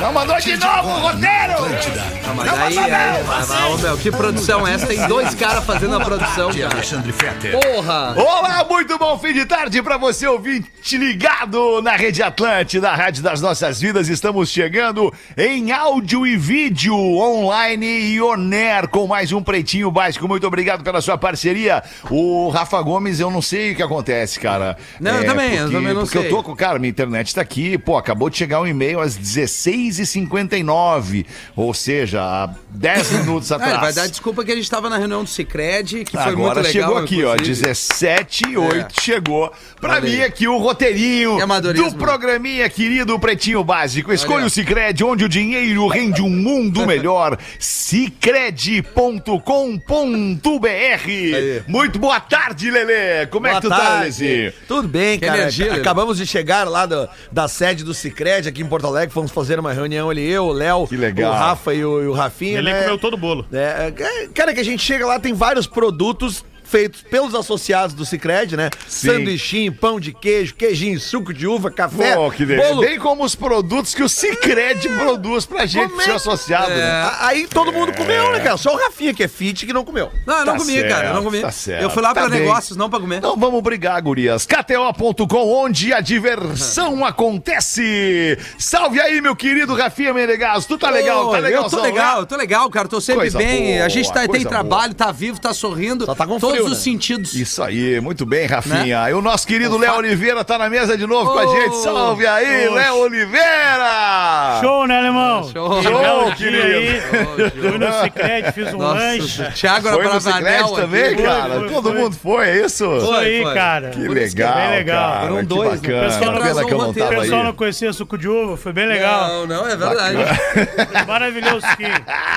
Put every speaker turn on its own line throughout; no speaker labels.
Não mandou de novo o roteiro!
Não, Ah, mas aí, aí, mas, mas, ô, meu, que produção é essa? Tem dois caras fazendo a produção,
De
cara.
Alexandre Fetter.
Porra!
Olá, muito bom fim de tarde pra você ouvinte ligado na Rede Atlântida, a Rádio das Nossas Vidas. Estamos chegando em áudio e vídeo online e oner com mais um Pretinho Básico. Muito obrigado pela sua parceria. O Rafa Gomes, eu não sei o que acontece, cara. É,
Não, eu também, eu
porque,
também não
porque
sei.
eu tô com, cara, minha internet tá aqui, pô, acabou de chegar um e-mail às 16h59, ou seja, há 10 minutos
Ah,
atrás.
ele vai dar desculpa que a gente tava na reunião do Cicred, que foi muito
Agora
legal.
chegou aqui, ó,
inclusive. É.
17 e 8 chegou. Pra
Olha
mim
aí.
aqui o roteirinho
Que amadorismo. né?
do programinha querido Pretinho Básico. Escolha
Olha.
o Cicred, onde o dinheiro rende um mundo melhor. Cicred.com.br Muito boa tarde, Lelê. Como é
Boa
que tu tá,
tarde.
Lelê?
Tudo bem,
Que
cara.
energia,
Ac-
Lelê.
Acabamos de chegar lá do- da sede do Cicred aqui em Porto Alegre. Fomos fazer uma reunião ali, eu, o Léo,
Que legal.
o Rafa e o, e o Rafinha.
Ele
né?
comeu todo o bolo.
É, é, cara, que a gente chega lá, tem vários produtos feitos pelos associados do Cicred, né?
Sim.
Sanduichinho, pão de queijo, queijinho, suco de uva, café,
Pô, que delícia.
bolo.
Bem como os produtos que o Cicred produz pra gente,
Como é
seu
que-
associado. né?
A- Aí todo mundo comeu, né, cara? Só o Rafinha que é fit que não comeu.
Não, eu não
Tá
comi, cara, eu não
certo,
comi.
tá certo.
eu fui lá
Tá
pra
bem.
negócios, não pra comer.
Então vamos brigar, gurias. KTO.com, onde a diversão acontece. Salve aí, meu querido Rafinha Menegas. Tu tá legal,
Ô,
tá legal?
Eu tô legal, eu tô legal, cara. Tô sempre
Coisa
bem.
boa,
a gente tá, tem
coisa
trabalho, tá vivo, tá sorrindo.
Só tá com
Todos
frio,
os
né?
sentidos.
Isso aí, muito bem, Rafinha. E o nosso querido Léo Oliveira tá na mesa de novo com a
Né? Ô,
gente. Salve aí,
ô,
Léo Oliveira!
Show, né, alemão?
É, show.
Show,
querido.
querido. Aí. Fui no Cicred, fiz um lanche.
Nossa, Thiago
Foi no Cicred
Abravanel
também,
Foi,
cara?
foi,
Todo
foi.
mundo foi, é isso?
Isso aí,
foi.
cara.
Que
O
legal,
bem legal.
cara.
é Foram
que
dois, né?
bacana.
Pessoal
Pena
atrasou
que eu
o
não
roteiro.
tava aí.
pessoal não conhecia suco de uva, foi bem legal.
Não, não, é verdade.
Foi Maravilhoso aqui.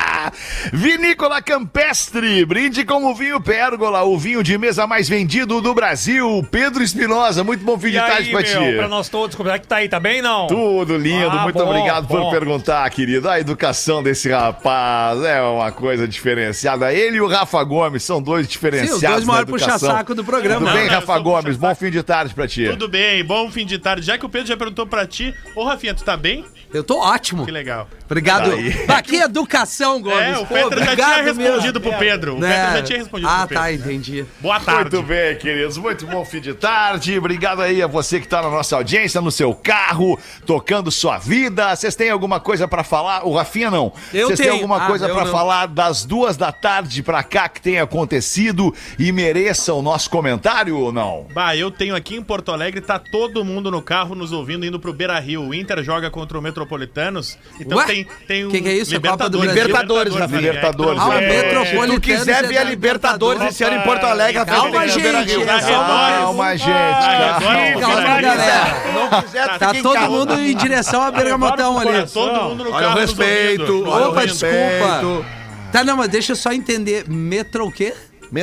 Vinícola Campestre, brinde com o vinho Pérgola, o vinho de mesa mais vendido do Brasil. Pedro Espinosa, muito bom fim
E
de tarde
aí,
pra
meu,
ti.
pra nós todos, como é que tá aí? Tá bem, não?
Tudo lindo,
Ah,
muito
bom,
obrigado por
bom.
perguntar, querido. A educação desse rapaz é uma coisa diferenciada. Ele e o Rafa Gomes são dois diferenciados.
Sim, os dois
na
maiores puxa
educação.
saco do programa.
Tudo bem,
Não, eu
Rafa
sou
Gomes?
puxa-saco.
Bom fim de tarde pra ti.
Tudo bem, bom fim de tarde. Já que o Pedro já perguntou pra ti, ô Rafinha, tu tá bem?
Eu tô ótimo.
Que legal.
Obrigado.
Tá aí.
Bah, que educação, Gomes.
é, o
Pô,
Pedro já tinha
obrigado
respondido
mesmo.
pro Pedro. O Pedro
É.
já tinha respondido
Ah,
pro né? Pedro.
tá, entendi.
Boa tarde.
Muito bem, queridos. Muito bom fim de tarde. Obrigado aí a você que tá na nossa audiência, no seu carro, tocando sua vida. Vocês têm alguma coisa pra falar? O Rafinha não.
Eu
Vocês têm
tenho.
alguma
Ah,
coisa
eu
pra
não.
falar das duas da tarde pra cá que tem acontecido e mereça o nosso comentário ou não?
Bah, eu tenho aqui em Porto Alegre, tá todo mundo no carro nos ouvindo, indo pro Beira Rio. O Inter joga contra o Metropolitanos. Então
Ué?
tem, tem um.
Que que é isso? É Copa do
Libertadores,
Brasil?
Libertadores,
Libertadores,
Rafinha.
É,
Ah, o
é,
Metropolitano.
Se tu quiser ver a Libertadores esse ano em Porto Alegre, a
Calma,
Fernanda
gente,
Ribeiro Rio.
é só uma-
Calma, gente.
Ah, agora-
Calma.
Calma,
Finaliza.
galera.
Se não quiser, fica
Tá
em
todo
casa.
mundo em direção a Bergamotão ali.
Todo mundo no
Olha o
carro. nos
respeito,
ouvindo.
olha o
Opa,
respeito.
desculpa. Tá, não, mas deixa eu só entender. Metro o quê?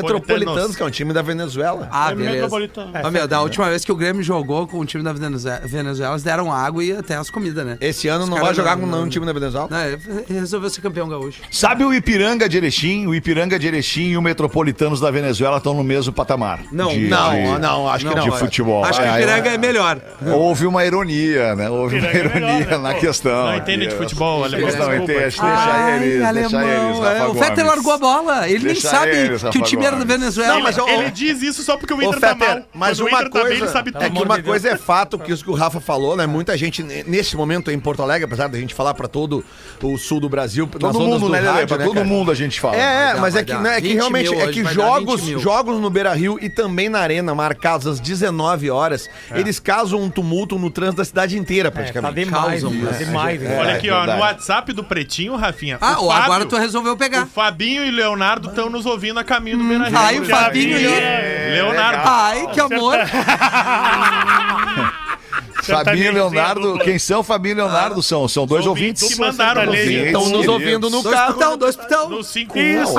Metropolitanos, que é um time da Venezuela.
Ah,
É
beleza.
Metropolitano.
Ó, meu, da última vez que o Grêmio jogou com o time da Venezuela, Venezuela, eles deram água e até as comidas, né?
Esse ano
Os
não
caras
vai jogar com nenhum time da Venezuela.
Não, ele resolveu ser campeão gaúcho.
Sabe o Ipiranga de Erechim? O Ipiranga de Erechim e o Metropolitanos da Venezuela estão no mesmo patamar.
Não,
de,
Não, não, acho que
de
não.
futebol.
Acho que
É,
o Piranga
é-
é melhor.
Houve uma ironia, né? Houve uma
Piranga é melhor,
ironia
né,
na
pô?
questão.
Não entende de futebol,
Eles
alemão,
Não
desculpa.
entende, deixa
Ai,
eles,
alemão,
deixa eles.
é,
Rafa
o Fetter
Gomes.
largou a bola. Ele
Deixa
nem sabe
eles,
que
Rafa
o time era da
Gomes.
Venezuela.
Não, mas eu-
Ele diz isso só porque o
Ô,
Inter tá
Fetter,
mal.
mas
Quando o
uma
Inter tá bem,
coisa
ele sabe
é
tudo.
que uma coisa é fato que isso que o Rafa falou, né? Muita gente ne- nesse momento em Porto Alegre, apesar da gente falar pra todo o sul do Brasil, nas
Todo
ondas
mundo,
do
né, Lelê?
rádio,
Pra
né,
todo
cara?
mundo a gente fala.
É,
dar,
mas
vai
é que,
dar.
né, é que
20
realmente
mil
é
hoje,
que
vai dar 20 mil.
jogos, jogos no Beira Rio e também na Arena, marcados às 19 horas, eles causam um tumulto no trânsito da cidade inteira,
Tá
praticamente.
demais,
Causam,
tá
né?
demais, né?
Olha
É,
aqui, ó,
verdade.
no WhatsApp do Pretinho, Rafinha.
Ah,
o
ó, agora
Fábio-
tu resolveu
O
pegar.
Fabinho e o Leonardo estão nos ouvindo a caminho do Beira Rio.
Hum. ai, o
Porque a
Fabinho
Bia-
e o-
Leonardo.
Ai, que amor.
Fabinho e
sertanejo,
Leonardo,
dupla.
quem são Fabinho e Leonardo? São, são dois
Os
ouvintes.
ouvintes que mandaram ali.
Ouvintes
Estão nos
queridos.
ouvindo no
Dois
carro.
pitão, dois pitão.
No
Isso,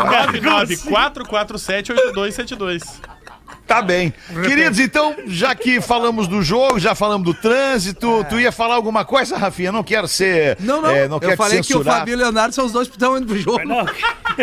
51994478272.
Tá bem. Queridos, então, já que falamos do jogo, já falamos do trânsito, tu ia falar alguma coisa, Rafinha? Não quero ser.
Não, não.
é, não
eu
quero te
falei que o
censurar.
Fabinho e o Leonardo são os dois pitão indo pro jogo.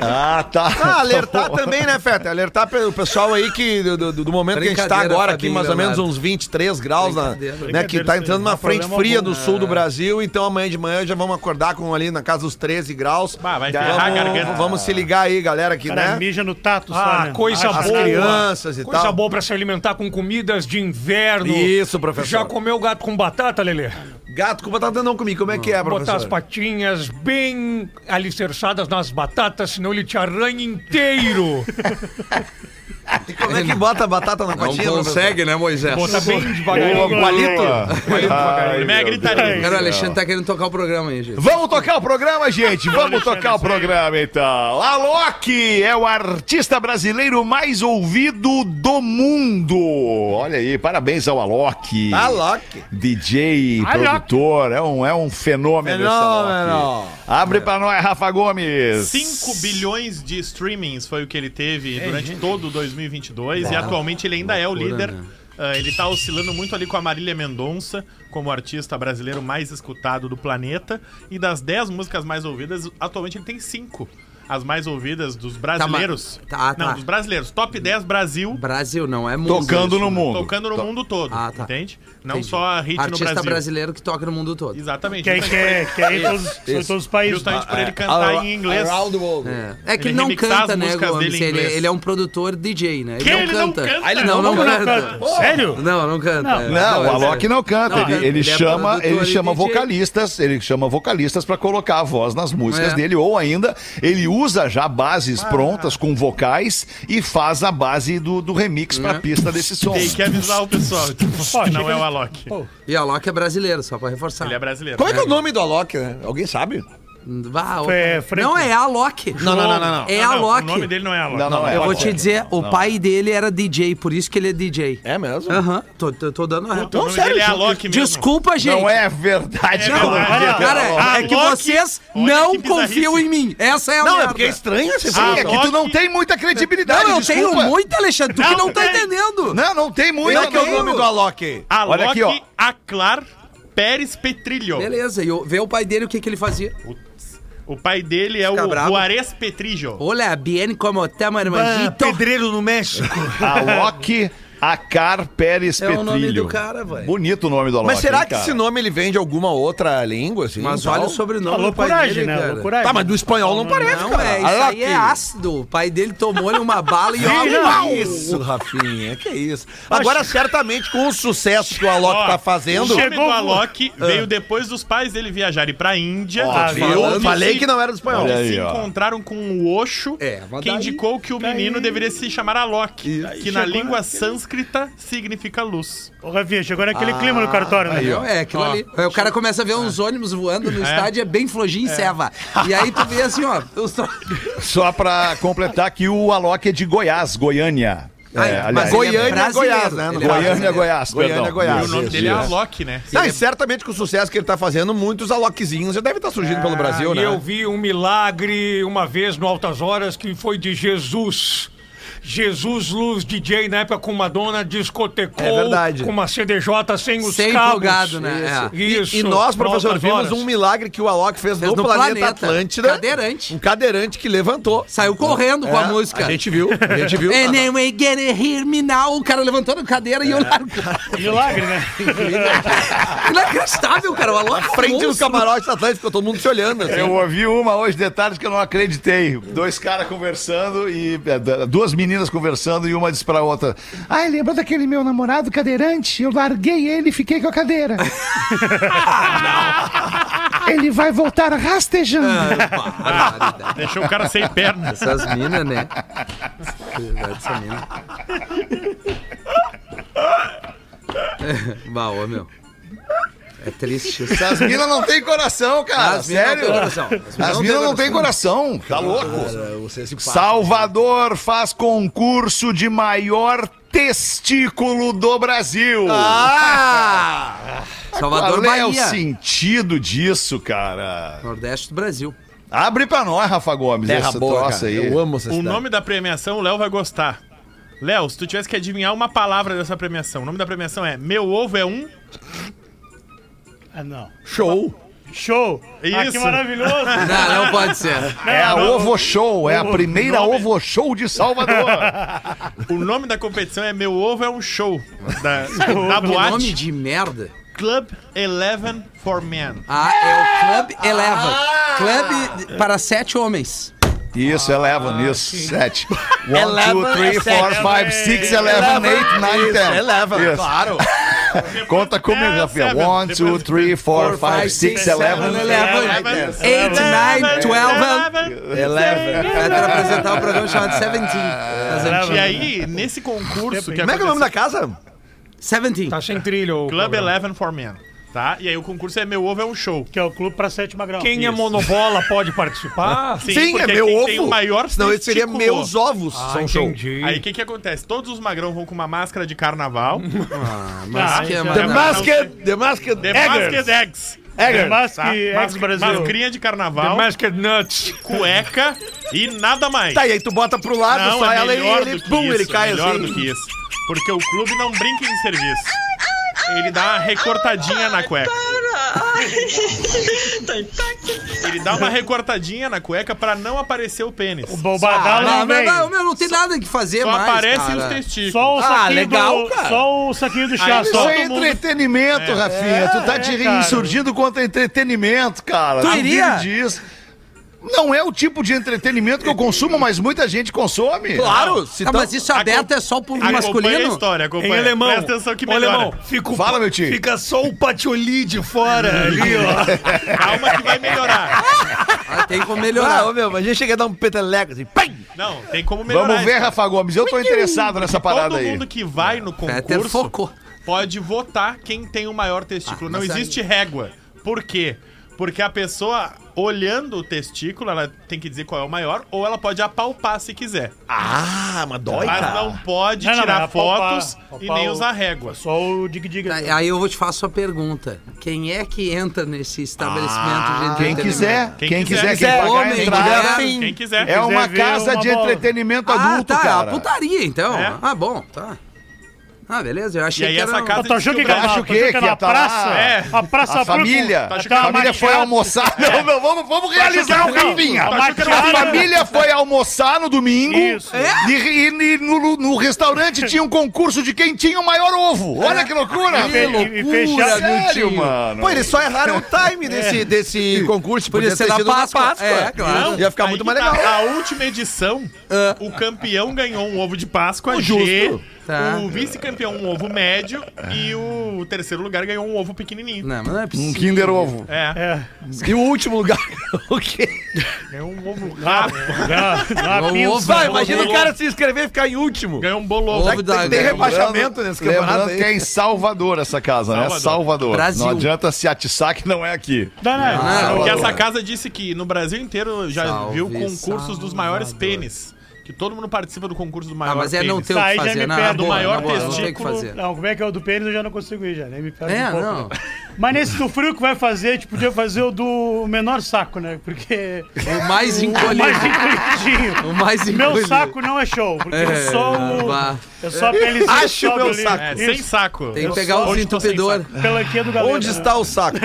Ah, tá.
Ah, alertar também, né, Feta? Alertar o pessoal aí que do, do- do momento que a gente tá
Brincadeira,
agora aqui,
Fabinho,
mais ou menos
Leonardo.
uns 23 graus, na,
Brincadeira,
né? Que tá entrando
Não
uma
há
frente
problema
fria
algum.
do sul do Brasil, então amanhã de manhã já vamos acordar com ali na casa dos 13 graus. Então,
Bah, vai ferrar a garganta.
vamos, vamos se ligar aí, galera, que,
Cara,
né?
mija no tato só,
Ah,
né?
coisa
As
boa.
crianças e
coisa
tal.
boa pra se alimentar com comidas de inverno.
Isso, professor.
Já comeu gato com batata, Lelê?
Gato com batata não comigo, como é que é,
Botar as
professor?
patinhas bem alicerçadas nas batatas, senão ele te arranha inteiro.
E como é que bota a batata na
Não
patinha?
consegue, né, Moisés?
Bota bem
Boa,
devagarinho.
palito. Ah,
Primeira gritaria.
Cara, o Alexandre tá querendo tocar o programa aí, gente.
Vamos tocar o programa, gente? Vamos
Alexandre,
tocar o
isso aí.
programa, então. Alok é o artista brasileiro mais ouvido do mundo. Olha aí, parabéns ao Alok.
Ah, Loki.
DJ, produtor, é um, é um fenômeno. esse Alok.
Fenômeno.
Abre pra nós, Rafa Gomes.
5 bilhões de streamings foi o que ele teve durante todo 2022 e atualmente ele ainda é o
É, loucura,
líder.
né?
Ah, ele tá oscilando muito ali com a Marília Mendonça como artista brasileiro mais escutado do planeta. E das 10 músicas mais ouvidas, atualmente ele tem 5. As mais ouvidas dos brasileiros.
mas- tá, tá.
Não, dos brasileiros. Top 10 Brasil,
Brasil não, é música.
Tocando no mundo.
tocando no mundo todo.
Ah, tá.
Entende? Não
Entendi.
só hit no
Artista
Brasil.
brasileiro que toca no mundo todo.
Exatamente.
Que aí
Justamente por ele-
quer, quer ir todos, sobre todos os países.
Justamente
Ah, é.
por ele cantar em inglês.
Around the world.
É, é que
Ele
ele, não
remixar as
canta, né,
músicas
Gomes?
dele em
Ele,
inglês.
ele é um produtor DJ, né? Ele
Que
não
ele não
canta.
canta?
Ah, ele não, não,
Como
canta.
Sério?
Não, não canta.
Não.
é.
Não,
é
o Alok
sério.
não canta,
Não,
ele,
é-
ele
ele é
chama,
produtor
ele
e
chama
DJ.
vocalistas, ele chama vocalistas pra colocar a voz nas músicas
É. Ah.
dele ou ainda ele usa já bases prontas com vocais e faz a base do, do remix
Hum.
pra pista desse som.
Tem que avisar o pessoal que não é o Alok.
E o Alok é brasileiro, só pra reforçar.
Ele é brasileiro.
Como é que é o nome do Alok, né? Alguém sabe?
Vá, ô,
É,
cara.
Frank.
não, é Alok.
Não, não, não, não, não.
É
Não, não,
Alok.
O nome dele não é Alok.
Não, não, é
Eu vou
Alok.
te dizer, o pai dele era DJ, por isso que ele é DJ.
É mesmo?
Aham, tô, tô, tô dando a
O
real.
nome dele é Alok mesmo.
Desculpa, gente.
Não é verdade,
É
não.
verdade.
Cara, é
Alok-
que vocês
Olha que
não
bizarrice.
confiam em mim. Essa é a
Não, é
merda.
porque é estranho essa
Sim, é que tu não tem muita credibilidade,
Não, eu
desculpa.
tenho muito, Alexandre. Tu que
Não
não tá
tem.
entendendo.
Não, não tem muito.
Como é que é o
não.
nome do Alok?
Alok
Olha aqui, ó.
Aclar Pérez Petrilho.
Beleza, e eu- vê o pai dele o que, que ele fazia.
O pai dele é
Fica
o
bravo.
Juarez Petrillo.
Olha, bien como tá, tamo,
Ah,
irmãozinho.
pedreiro no México.
Alok Acar Pérez
É o nome
Petrilho.
do cara, velho.
Bonito o nome do Alok.
Mas será
hein,
que
cara?
esse nome ele vem de alguma outra língua, assim?
Mas
e
olha
tal?
o sobrenome
Ah,
do pai
loucuragem,
dele,
né?
cara.
Loucuragem.
Tá, mas do espanhol não parece,
Não,
cara.
é, isso
Alok.
aí é ácido. O pai dele tomou ele uma bala e
Sim,
ó,
não.
Isso, Rafinha, que isso. Agora, certamente, com o sucesso que o Alok
Ó,
tá fazendo...
O nome do
Chegou-
Alok veio depois dos pais dele viajarem pra Índia.
Ah. Ó,
e
Eu
se-
falei que não era do espanhol.
Olha
eles
aí,
se
ó.
encontraram com o Osho,
É, mas
que
daí-
indicou que o menino deveria se chamar Alok, que na
Chegou
língua
naquele-
sânscrita significa luz.
Ô, Rafinha, chegou naquele
Ah,
clima no cartório, né?
Não, é aquilo ali. Aí o cara começa a ver uns ônibus voando no estádio, é bem flojinho em ceva. E aí tu vê assim, ó. Os tro...
Só pra completar que o Alok é de Goiás, Goiânia. é,
Ai, mas
aliás,
ele
Goiânia é
brasileiro,
Goiás,
ele
né? é
Goiânia,
brasileiro.
Goiás,
Goiânia,
perdão.
é Goiás.
E o nome
isso,
dele é
isso.
Alok, né?
Não, e certamente com o sucesso que ele tá fazendo, muitos Alokzinhos já devem estar surgindo pelo Brasil,
e
né?
eu vi um milagre uma vez no Altas Horas que foi de Jesus. Jesus Luz DJ na época com Madonna discotecou
É verdade.
com uma CDJ sem os
Sem
cabos.
plugado, né? É.
Isso.
E nós, professor,
Altas
vimos
Horas.
um milagre que o Alok fez,
Fez
no,
no
planeta,
planeta.
Atlântida.
Cadeirante.
Um cadeirante que levantou.
Saiu correndo com a música.
É,
É, né?
A gente viu, a gente viu.
And then we get it here me now. O cara levantando a cadeira e eu largo.
Milagre, né?
Tá
Inacreditável, cara. O Alok
Na frente do
monstro.
camarote da Atlântida, ficou todo mundo se olhando. assim.
Eu ouvi uma hoje de tarde que eu não acreditei. Dois caras conversando e. é, d- Duas meninas conversando e uma disse pra outra: Ai, lembra daquele meu namorado cadeirante? Eu larguei ele e fiquei com a cadeira. Ele vai voltar rastejando.
Barbaridade.
Deixou o cara sem pernas.
Essas minas, né? Verdade, essa mina. Bah, ô, meu. É triste isso.
As minas não têm coração, cara.
As minas não
sério?
têm coração. As minas
As
não
minas
têm
não têm coração. Tá louco?
Você se
Salvador faz concurso de maior testículo do Brasil.
Ah!
Salvador,
Qual é
Bahia.
o sentido disso, cara?
Nordeste do Brasil.
Abre pra nós, Rafa Gomes,
Terra
essa
boa,
troça
cara.
aí.
Eu amo essa
O
cidade.
nome da premiação, o Léo vai gostar. Léo, se tu tivesse que adivinhar uma palavra dessa premiação, o nome da premiação é Meu Ovo é um
Ah, não.
Show.
Show. Ah, que
Isso.
maravilhoso.
Não, não pode ser.
É a
não.
Ovo Show, é a
Ovo-
primeira
nome.
Ovo Show de Salvador.
O nome da competição é Meu Ovo é um Show. Da,
é Um
da
Que
boate
nome de merda.
Club Eleven for Men.
Ah, é o Club Eleva.
Ah!
Club para sete homens.
Isso, eleven, isso, sete. One, two,
Eleven é
three,
sete.
four, five, six, eleven, eight, nine, ten. Isso.
Claro.
Conta comigo, Rafinha.
Seven.
One, two, three, four, five, six, eleven.
eleven, eight, nine, twelve. Era pra apresentar um programa chamado Tá Seventeen.
E aí, nesse concurso que
Como é que é o nome da casa?
Seventeen.
Tá sem trilho. o
Club
programa.
Eleven for Men, tá? E aí o concurso é Meu Ovo é um Show.
Que é o clube pra sétima grau.
Quem é
Isso.
monobola pode participar?
Sim, porque quem tem o maior
é Não, ele seria
testículo. É
meus ovos.
Ah,
são show.
entendi.
Aí o que que acontece? Todos os magrão vão com uma máscara de carnaval.
Ah,
que é
isso é-
mais-
The Masked, The é, Masked
The
Eggers.
Masked Eggs.
É mais que
Tá? Mas-
ex-Brasil.
Mascrinha de
The
carnaval,
Masked Nuts.
cueca e nada mais.
Tá, e aí tu bota pro lado,
Não,
sai
é
ela
melhor
e ele,
do que
pum,
isso, é
ele cai
melhor
assim.
do que isso. Porque o clube não brinca em serviço. Ele dá uma recortadinha na cueca. Ele dá uma recortadinha na cueca pra não aparecer o pênis.
O Bobadala
Ah,
não
mas
vem.
não, meu, não tem nada que fazer
Só
é mais,
aparecem
cara.
os testículos.
Só o
Ah,
saquinho
legal,
do...
cara.
Só o saquinho do
Aí
chá.
não
Só
Isso é
Todo mundo-
entretenimento, Rafinha. Tu tá
é,
te
cara.
insurgindo contra é entretenimento, cara.
Tu
Não
iria?
vive disso. Não é o tipo de entretenimento que eu consumo, mas muita gente consome.
Claro, se
Ah,
tá-
mas isso aberto é só pro
Acompanha a
masculino?
história,
Em
acompanha.
alemão.
Presta atenção que
Ô,
melhora.
alemão, fica, o-
Fala, meu tio.
fica só o patioli de fora ali, ó.
Calma que vai melhorar.
Ah, tem como melhorar.
Ah, ô, meu, mas a gente chega a dar um peteleco assim, pam!
Não, tem como melhorar.
Vamos ver,
isso.
Rafa Gomes. Eu tô interessado nessa parada
Todo
aí.
mundo que vai no
Peter
concurso
É. focou.
pode votar quem tem o maior testículo.
Ah,
Não
mas aí-
existe régua. Por quê? Porque a pessoa, olhando o testículo, ela tem que dizer qual é o maior, ou ela pode apalpar se quiser.
Ah, mas dói,
Mas
cara.
não pode
Não, não,
tirar
mas apalpar-
fotos e
apalpar
nem
o-
usar régua.
Só o Dig Dig.
Tá, Aí eu vou te fazer a pergunta. Quem é que entra nesse estabelecimento de
Quem
entretenimento?
quiser,
Quem
quem quiser,
quiser,
quem
quiser,
pagar a
homem,
entrada.
mulher,
Quem quiser.
É uma
quiser ver
casa
uma
de
bola.
entretenimento
Ah,
adulto,
tá,
cara.
putaria então.
É.
Ah, bom, tá. Ah, beleza, eu
E
achei
aí
que era...
essa
um-
casa
Tu achou que, é
descobriu-
acho
tu achou
o quê?
que
Que ia
na
tá lá?
praça?
É.
A praça
A família,
Brooklyn,
a
tá
família foi
amateada.
almoçar. Não, não, vamos, vamos realizar o Rafinha.
Tá achando que era
A
uma
família foi almoçar no domingo
Isso.
e, e- e no, no restaurante tinha um concurso de quem tinha o maior ovo. Olha que loucura.
Que
E- e fechar-
loucura,
Sério,
Miltinho.
mano.
Pô, eles só erraram o
É.
time desse, desse concurso.
Podia ser na
sido na
Páscoa. É, claro.
Ia ficar
Aí
muito
que
mais
tá,
legal.
A última edição,
Ah.
o campeão ganhou um ovo de Páscoa,
O justo.
G,
Tá.
o vice-campeão um ovo médio e o terceiro lugar ganhou um ovo pequenininho.
Não, mas não é possível.
Um Kinder Ovo.
É,
É.
E o último lugar, o quê?
ganhou um ovo rápido. um
Não, não,
Não,
pinça.
ovo-
Vai,
Bom,
imagina
bom.
o cara se inscrever e ficar em último.
Ganhou um bolo.
Ovo
Será que
da-
tem, tem
ganhou.
rebaixamento nesse campeonato
Lembrando que é
aí?
em Salvador essa casa, né?
Salvador.
Salvador.
Brasil.
Não adianta se atiçar que não é aqui.
Não, não,
Ah,
Porque
Salvador.
essa casa disse que no Brasil inteiro já
Salve,
viu concursos dos maiores
Salvador.
pênis. Que todo mundo participa do concurso do maior
Ah, mas é não
pênis.
ter o
Tá,
que
aí já
fazer,
me
não,
perde
na
o
boa,
maior
na boa, não tem o que
testículo.
fazer.
Não, como é que é o do pênis eu já não consigo ir, já, né? Me perde
É,
um pouco.
não.
né? Mas nesse do frio que vai fazer, a gente podia fazer o do menor saco, né? Porque.
O mais
O
encolhido.
mais encolhidinho.
É O mais
Meu
encolhido.
saco não é show, porque é,
É,
só o.
bah.
É só a pelezinha.
Acho
que sobe
meu
ali.
saco.
É,
Isso.
sem saco.
Tem que
Eu
pegar
só-
os
hoje tô sem
entupidor.
saco.
Pelanquinha é do
Tá
galera.
Onde está o saco?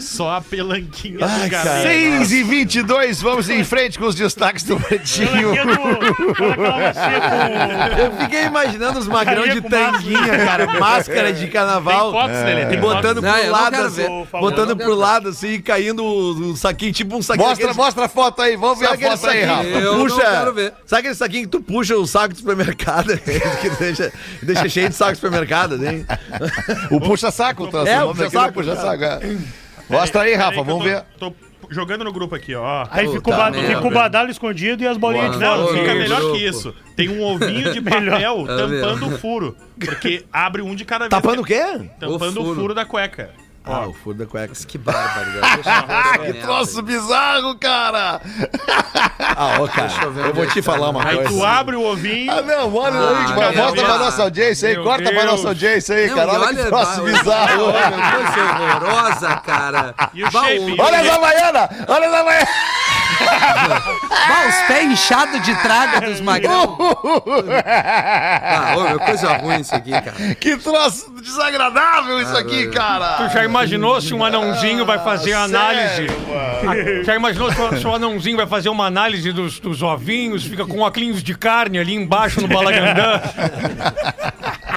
Só a pelanquinha do
Cara,
galera.
6 e 22 vamos em frente com os destaques do Pretinho.
Pelanquinha é do. Aquela mocinha com-
Eu fiquei imaginando os magrão de
Carinha com máscara. né?
tanguinha, cara. Máscara de
Tem
carnaval.
fotos,
É.
Lelê? Tem
Botando
Não, eu
pro
não
lado
quero
assim,
ver.
botando
Eu não
pro
quero
lado assim, e caindo o, o saquinho, tipo um saquinho.
Mostra,
aqueles-
mostra a foto aí, vamos ver a
Sabe aquele
foto aí,
saquinho
Rafa.
que tu
Eu não
puxa?
quero ver.
Sabe aquele saquinho que tu puxa o saco do supermercado? que deixa, deixa cheio de saco do supermercado, hein?
O puxa-saco, tá?
É,
Seu
o
nome
puxa-saco.
daqui é o puxa-saco. é. Mostra aí,
Peraí que
Rafa,
eu
vamos
tô-
ver.
Tô jogando no grupo aqui,
Ah,
ó.
Aí fica o
Puta
ba-
merda.
fica o badalo escondido e as bolinhas de
Não,
Ô,
fica
meu
melhor
grupo.
que isso. Tem um ovinho de
Melhor.
papel
É
tampando
mesmo.
o furo. Porque abre um de cada
Tá
vez.
Tapando o quê?
Tampando
O
o furo,
furo.
da cueca.
Ah, o furo da cueca.
Que barbaridade. Deixa eu ver
Ah,
essa
que
merda
troço bizarro, cara!
Ah, ô, cara,
eu ver
eu
onde
vou
é
te
que tá
falar uma
Aí
coisa.
tu abre o ovinho.
Ah, não, olha aí,
cara,
mostra pra
olha.
nossa audiência aí,
Meu
corta pra
Deus.
nossa audiência aí,
Não,
cara.
e
Olha que troço
bah,
bizarro.
olha, Coisa horrorosa, cara.
E o
Bah,
shape?
Olha essa baiana! Olha essa baiana!
Bah, os pés inchados de traga dos magrão. Ah, ô, meu, coisa ruim isso aqui, cara.
Que troço desagradável isso aqui,
Tu
cara.
já imaginou se um anãozinho vai fazer a análise?
Sério, mano.
Já imaginou se, se o anãozinho vai fazer uma análise dos, dos ovinhos, fica com óculos de carne ali embaixo no balagandã?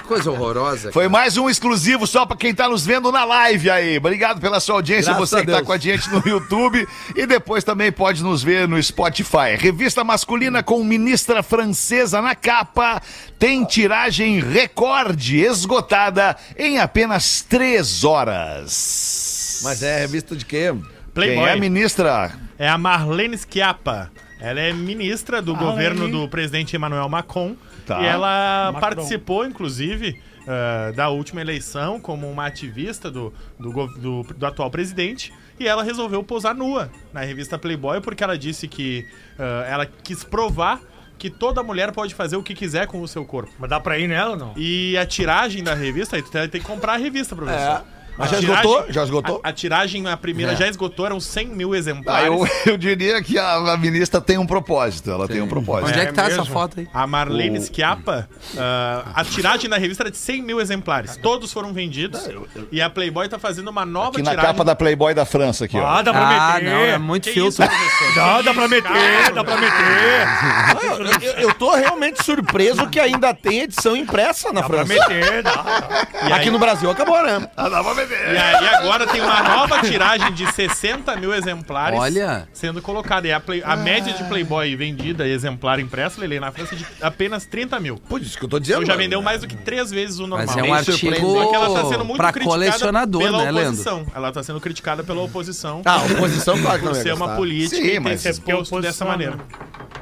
Coisa horrorosa.
Foi mais um exclusivo só pra quem tá nos vendo na live aí. Obrigado pela sua audiência,
Graças
você
a
que tá
Deus.
com a gente no YouTube e depois também pode nos ver no Spotify. Revista masculina com ministra francesa na capa tem tiragem recorde esgotada em apenas três horas.
Mas é revista de quê?
Quem
Playboy.
é a ministra?
É a Marlene Schiappa. Ela é ministra do governo do presidente Emmanuel Macron.
Tá.
E ela
Macron.
participou, inclusive, eh, da última eleição como uma ativista do, do, gov- do- do atual presidente. E ela resolveu posar nua na revista Playboy porque ela disse que eh, ela quis provar que toda mulher pode fazer o que quiser com o seu corpo.
Mas dá pra ir nela ou não?
E a tiragem da revista, aí tu tem tem que comprar a revista, professor.
Mas
A
É. já
tiragem-
esgotou? Já esgotou? É.
A, a tiragem, na primeira, já esgotou, eram 100 mil
Ah,
exemplares.
eu, eu diria que a, a ministra tem um propósito. Ela tem um propósito.
Onde é, que tá
mesmo?
essa foto aí?
A Marlene
O-
Schiappa, ah, a tiragem da revista era de 100 mil exemplares. Todos foram vendidos. E a Playboy tá fazendo uma nova
Aqui na
tiragem.
capa da Playboy da França aqui, ó.
Ah, dá pra
Ah,
meter.
não, é muito
Que isso,
filtro.
professor?
Dá, dá pra meter, dá pra meter.
Ah,
Eu, eu tô realmente surpreso que ainda tem edição impressa na
Dá pra
França.
meter, dá.
E
Aqui
aí,
no Brasil acabou, né?
Ah, dá pra beber.
e aí agora tem uma nova tiragem de 60 mil exemplares
Olha.
sendo colocada. E a, Play- a média de Playboy vendida e exemplar impressa, Lele, na França, é de apenas 30 mil.
Pô, isso que eu tô dizendo.
Então já
mano.
vendeu mais do que três vezes o normal.
Mas é um
Bem
artigo
surpreendente. Só que ela tá sendo muito
pra
criticada
colecionador,
pela
né, Leandro?
oposição. Ela tá sendo criticada pela oposição.
Ah, oposição, claro que não
por
ia
ser é uma
gostar.
política
Sim,
e ter
mas
se
porque é
exposto dessa
oposição,
maneira.
né?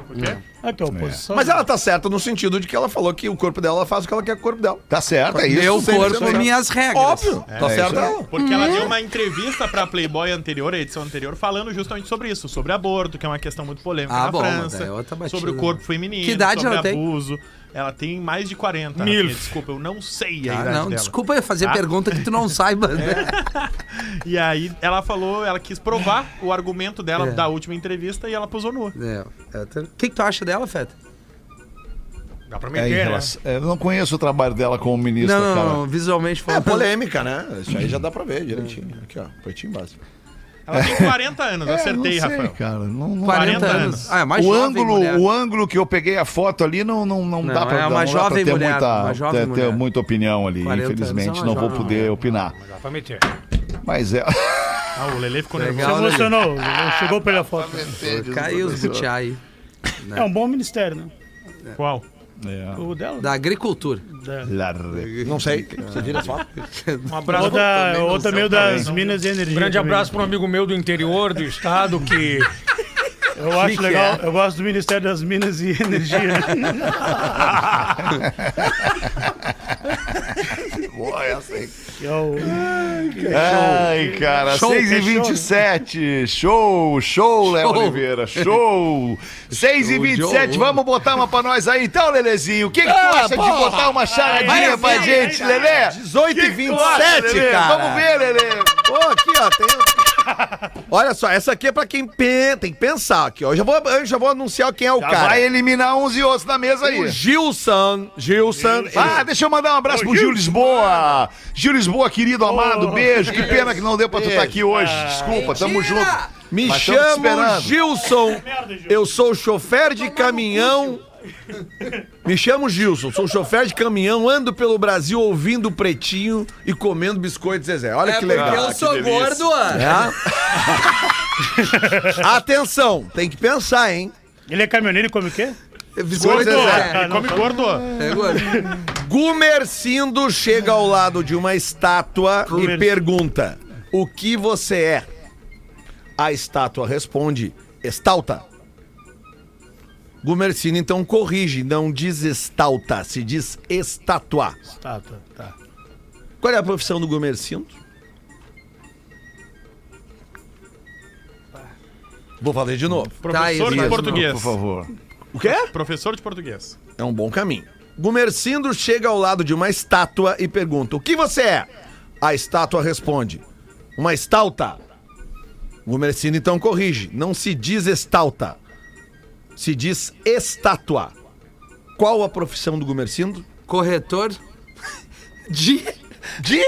Por quê?
É que é oposição.
Mas ela tá certa no sentido de que ela falou que o corpo dela ela faz o que ela quer com o corpo dela.
Tá certo, é isso.
Meu
sem
corpo,
vergonha.
minhas regras. Ah,
Óbvio, tá
é
certa
isso aí.
ela.
Porque
Hum.
ela deu uma entrevista pra Playboy anterior, a edição anterior, falando justamente sobre isso, sobre aborto, que é uma questão muito polêmica
Ah,
na
bom, mas
França,
daí é outra batida,
sobre o
né?
corpo feminino,
Que idade
sobre
ela tem?
abuso. Ela tem mais de 40.
Milf.
Rafinha, Desculpa, eu não sei a
Ah,
idade
não,
dela.
desculpa eu fazer
Tá?
pergunta que tu não saiba. né?
E aí ela falou, ela quis provar o argumento dela
É.
da última entrevista e ela posou nua.
É, é, tá- O que, que tu acha dela, Feta?
Dá pra
É, em
meter, né?
relação- Eu não conheço o trabalho dela como ministra,
Não, não,
cara.
não, visualmente
É
falando.
polêmica, né? Isso aí já dá pra ver direitinho. Aqui, ó, pretinho básico.
Ela tem 40 anos, eu acertei,
É, não sei,
Rafael.
cara. Não, não-
40,
40
anos.
anos.
Ah, é mais
o,
jovem,
ângulo,
mulher.
o ângulo que eu peguei a foto ali não, não, não,
Não,
dá pra,
é uma
não dá pra
jovem
ter,
mulher,
muita,
uma jovem
ter- ter
mulher.
muita opinião ali.
40 anos é
Infelizmente,
uma
não vou
jovem
poder opinar.
Dá pra meter.
Mas é.
Ah, o Lele ficou
Legal.
nervoso.
Se emocionou, chegou pra ele a foto.
Caiu os butiá aí.
É um bom ministério, né?
Qual?
é.
O dela.
Da agricultura.
Larre.
Não sei. Você vira só.
Um
Ou,
abraço.
da, ou também o das Minas de Energia.
Um grande
também.
abraço para um amigo meu do interior do estado que
Eu acho
que
legal,
é?
eu gosto do Ministério das Minas e Energia. né?
Boa, essa aí.
que é o-
Ai, cara,
Show,
6 e
fechou, né?
27 Show, show, Léo
Show.
Oliveira. Show. 6 e 27
Joe.
vamos botar uma pra nós aí. Então, Lelezinho, o que, que tu
Ah,
acha de
porra.
botar uma charadinha pra gente, Lelê?
18 e
Tu acha,
27,
Lelê?
cara.
Vamos ver, Lelê.
Pô, aqui, ó, tem... Olha só, essa aqui é pra quem pen- tem que pensar aqui, ó. Eu já vou, eu já vou anunciar quem é o
Já
cara.
vai eliminar uns e outros da mesa aí.
O Gilson. Gilson.
Ah, deixa eu mandar um abraço pro Gil Lisboa. Gil Lisboa, querido, amado, beijo. Que pena que não deu pra tu estar aqui hoje. Desculpa, tamo
Mentira!
junto.
Me
Mas tamo te
chamo
esperando.
Gilson. Eu sou chofer de caminhão. Me chamo Gilson, sou chofer de caminhão, ando pelo Brasil ouvindo pretinho e comendo biscoito Zezé. Olha Ah, que legal.
É sou gordo, Ana.
É? Atenção, tem que pensar, hein?
Ele é caminhoneiro e come o quê?
Biscoito
é
Zezé.
Zezé.
Ah, não,
Come gordo.
É gordo.
Gumercindo chega ao lado de uma estátua e
Gumercindo.
pergunta: O que você é? A estátua responde: Estalta. Gumercindo então corrige, não diz estalta, se diz estátua.
Tá, tá, tá.
Qual é a profissão do Gumercindo? Vou fazer de novo.
Professor
Elias,
de
não,
português.
Por favor.
O quê?
Professor de português.
É um bom caminho. Gumercindo chega ao lado de uma estátua e pergunta: O que você é? A estátua responde: Uma estalta. Gumercino então corrige. Não se diz estalta. Se diz estátua. Qual a profissão do Gumercindo?
Corretor de.
De?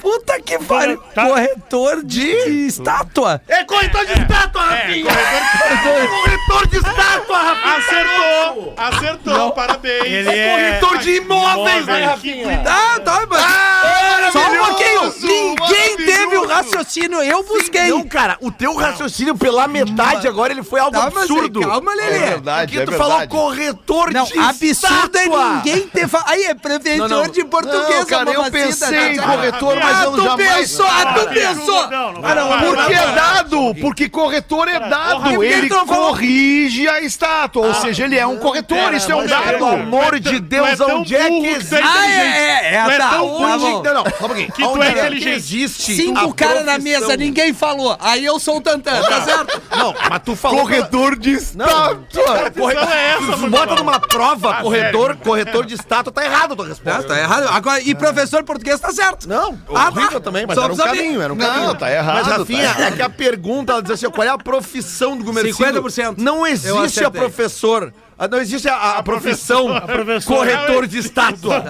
Puta que pariu!
tá.
Corretor de, de estátua!
É corretor de estátua, Rafinha! É, corretor de estátua, Rafinha!
Acertou! Acertou, parabéns!
Ele é...
Corretor de imóveis, né, Rafinha?
Tá, tá, mas.
Ah,
Só um pouquinho! Ninguém teve o raciocínio, eu busquei!
Não, cara, o teu raciocínio pela metade agora, ele foi algo
Tá, mas aí,
absurdo. É
Calma, Lelê!
Aqui tu falou corretor
Não,
de
absurdo é
estátua.
ninguém ter falado. Aí é prefeitor
ah. Não, não.
de português, é
Não, cara, eu pensei
tá,
né?
em
Ah,
corretor,
mas
eu tu jamais... Pensou, ah, tu pensou!
Não, não,
Ah, não,
Vai, vai,
porque
vai,
é dado, porque corretor é dado,
Rafinha,
ele
tu não falou-
corrige a estátua,
Ah,
ou seja, ele é um corretor, isso é um
mas é-
dado.
Pelo
amor de Deus, onde é que
existe?
Ah, é, é, é,
Tu é
tá,
tão
tá
ruim de-
bom.
Não, não, só um pouquinho.
Que tu
Onde
é
que
inteligente.
existe
Cinco
a
caras na
profissão?
mesa, ninguém falou. Aí eu sou o Tantan, tá certo?
Não, mas tu falou...
Corretor de estátua.
Não, tu, corre...
Não é essa, mano.
Bota numa prova,
Ah,
corredor, corretor de estátua, tá errado a tua
Tá,
resposta.
tá errado. Agora, e professor de português tá certo.
Não,
Ah,
horrível
ah,
também, mas
só
era um
precisa
caminho, era um caminho.
Não, tá errado.
Mas, Rafinha,
tá.
é que a pergunta, ela diz assim, qual é a profissão do Gumercindo?
50%.
Não
Eu
existe
acertei.
a professor... ah, Não existe a, a profissão
professora.
corretor de estátua.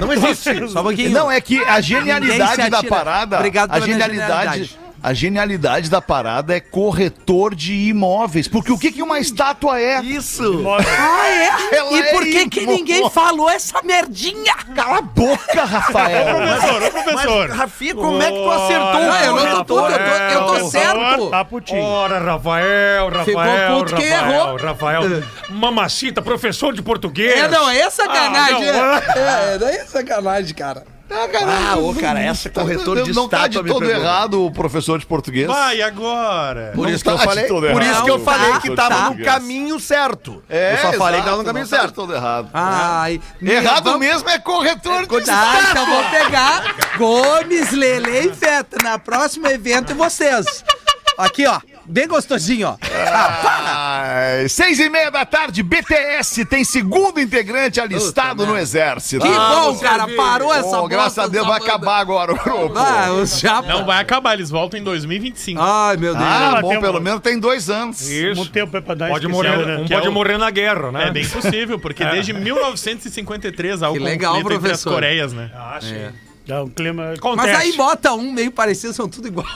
Não existe.
Só um pouquinho.
Não, é que a
Ninguém se
genialidade da
atira.
parada.
Obrigado
a
pela
genialidade.
genialidade.
A genialidade da parada é corretor de imóveis. Porque o que, que uma estátua é?
Isso.
Ah, é?
Ela
e por
é
que, que
íntimo.
ninguém falou essa merdinha?
Cala a boca, Rafael!
Professor, ô, professor.
Rafinha, como é que tu acertou
Não, eu
o
não tô puto,
corretor?
eu tô, eu tô certo.
Tá putinho.
Ora, Rafael, Rafael,
puto que
Rafael,
errou.
Rafael. Mamacita, professor de português.
É, não, é sacanagem.
Ah, não.
é, é, daí é sacanagem, cara.
Ah, ô, cara, essa corretor de
não tá de
estátua me
todo
pegou.
errado o professor de português.
Vai, agora.
Por
Não
isso que eu
tá de
falei,
todo
por
errado.
isso que eu
Não,
falei
tá,
que
tá.
tava no caminho certo.
É,
eu só falei que tava no caminho certo.
Todo errado.
Ai,
errado
vamos-
mesmo é corretor de
Tá,
estátua.
então vou pegar Gomes, Lele e Feta na próxima evento e vocês. Aqui, ó, bem gostosinho, ó.
Ai, Ah, Seis e meia da tarde, BTS tem segundo integrante alistado no exército. Ah,
Que bom,
você
cara,
viu?
parou essa
Bom,
bosta,
graças a Deus
essa
vai
banda.
acabar agora o grupo.
Ah, os japa.
Não vai acabar, eles voltam em 2025.
Ai, meu Deus.
Ah,
Ela
bom,
tem um-
pelo menos tem dois anos.
Isso.
Um tempo é pra dar
Pode
especial,
morrer,
né?
um
Que é
pode
o-
morrer na guerra, né?
É bem possível, porque desde 1953 há o
Que
conflito
legal,
entre as
professor.
Coreias, né?
Ah, sim.
Dá um clima...
Acontece.
Mas aí bota um meio parecido, são tudo igual.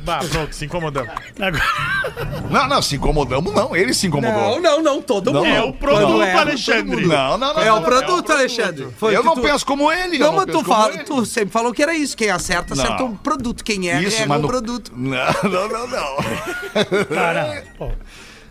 Bah, pronto, se incomodamos.
Agora-
Não, não, se incomodamos, não. Ele se incomodou.
Não, não, não, todo mundo.
É o produto,
Quando é,
Alexandre.
Não, não, não.
É o
não.
produto, Alexandre. Foi
Eu
que
não
tu-
penso como ele. eu
Não, mas
penso
tu,
como
fala,
ele.
tu sempre falou que era isso. Quem acerta,
Não.
acerta um produto. Quem erra,
Isso,
erra
mas
um
no...
produto.
Não, não, não, não.
Cara, pô,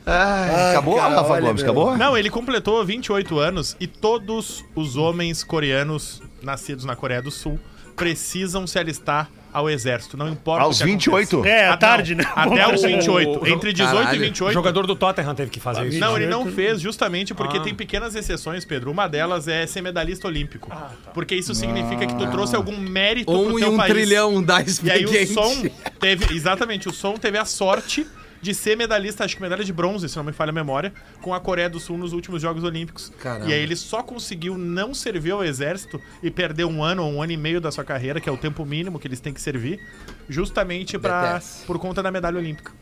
Ai, acabou, Rafa Gomes? Acabou?
Não, ele completou 28 anos e todos os homens coreanos nascidos na Coreia do Sul precisam se alistar ao exército, não importa
Aos
o que aconteça.
28?
É, à
Ah,
tarde,
não,
né?
Até os
O-
28.
o-
Entre 18
Caralho.
e
O
28.
jogador do Tottenham teve que fazer isso.
Não, ele não fez justamente porque tem pequenas exceções, Pedro. Uma delas é ser medalhista olímpico. Porque isso significa que tu trouxe algum mérito pro
Ah. Um e
teu
um
país.
trilhão da
E aí o
expediente.
som teve. Exatamente, o som teve a sorte de ser medalhista, acho que medalha de bronze, se não me falha a memória, com a Coreia do Sul nos últimos Jogos Olímpicos.
Caramba.
E aí ele só conseguiu não servir ao exército e perder um ano ou um ano e meio da sua carreira, que é o tempo mínimo que eles têm que servir, justamente pra,
Detesto.
por conta da medalha olímpica.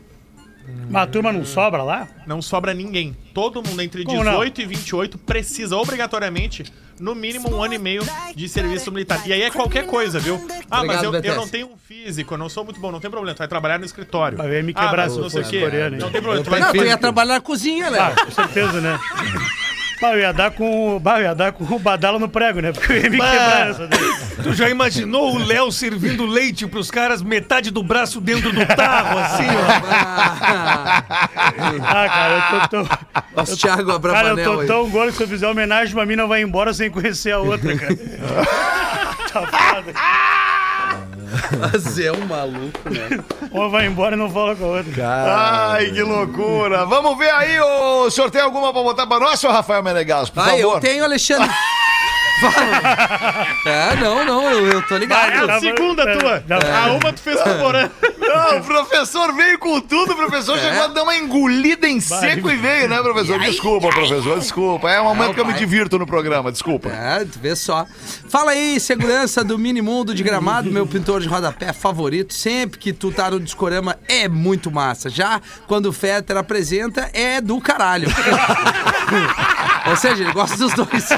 mas a turma não sobra lá?
Não sobra ninguém. Todo mundo entre
Como não?
18 e 28 precisa obrigatoriamente, no mínimo, um ano e meio de serviço militar. E aí é qualquer coisa, viu? Ah,
Obrigado,
mas eu- eu,
BTS.
não tenho um físico, eu não sou muito bom, não tem problema. Tu vai trabalhar no escritório.
Vai ver me
Ah,
quebrar
mas
se
não sei o
fosse
quê.
coreano, hein?
Não tem problema, tu vai
Não, tu ia trabalhar na cozinha, né?
Ah, com certeza, né? Bah, eu ia dar com, bah, eu ia dar com o badalo no prego, né? Porque eu ia me quebrar nessa daí.
Tu já imaginou o Léo servindo leite pros caras, metade do braço dentro do tarro, assim, ó?
Ah, cara, eu tô tão...
Nossa, Thiago
Cara, eu
Abravanel
tô
aí.
tão gordo que se eu fizer homenagem, uma mina vai embora sem conhecer a outra, cara. tá foda.
Mas é um maluco, né?
Uma vai embora e não fala com a outra.
Ai, que loucura. Vamos ver aí, ô. O senhor tem alguma pra botar pra nós, seu Rafael Menegas? Por
Ah, eu
favor.
tenho, Alexandre. Vai. É, não, não, eu, eu tô ligado.
A segunda tua.
Não.
A uma tu fez com o Porã.
Ah, o professor veio com tudo, o professor chegou a dar uma engolida em seco É. e veio, né, professor? Desculpa, professor, desculpa. É um momento que eu me divirto no programa, desculpa.
É, tu vê só. Fala aí, segurança do mini mundo de gramado, meu pintor de rodapé favorito. Sempre que tu tá no discorama é muito massa. Já quando o Fetter apresenta, é do caralho. Ou seja, ele gosta dos dois.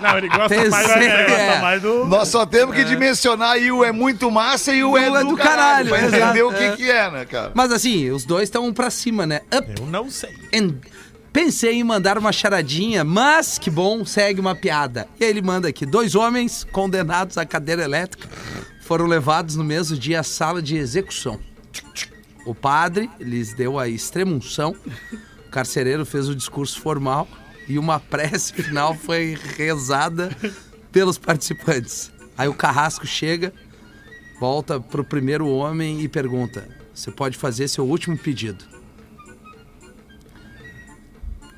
Não, ele gosta
Tem
mais,
sempre,
ele gosta
é.
mais do.
Nós só temos que dimensionar aí o é muito massa e o
Do
é do, caralho. Pra
exato,
entender o
é.
que, que é, né, cara?
Mas assim, os dois estão pra cima, né? Up
Eu não sei.
and- Pensei em mandar uma charadinha, mas que bom, segue uma piada. E aí ele manda aqui: dois homens condenados à cadeira elétrica foram levados no mesmo dia à sala de execução. O padre lhes deu a extremunção, o carcereiro fez o discurso formal e uma prece final foi rezada pelos participantes. Aí o carrasco chega, volta pro primeiro homem e pergunta: Você pode fazer seu último pedido?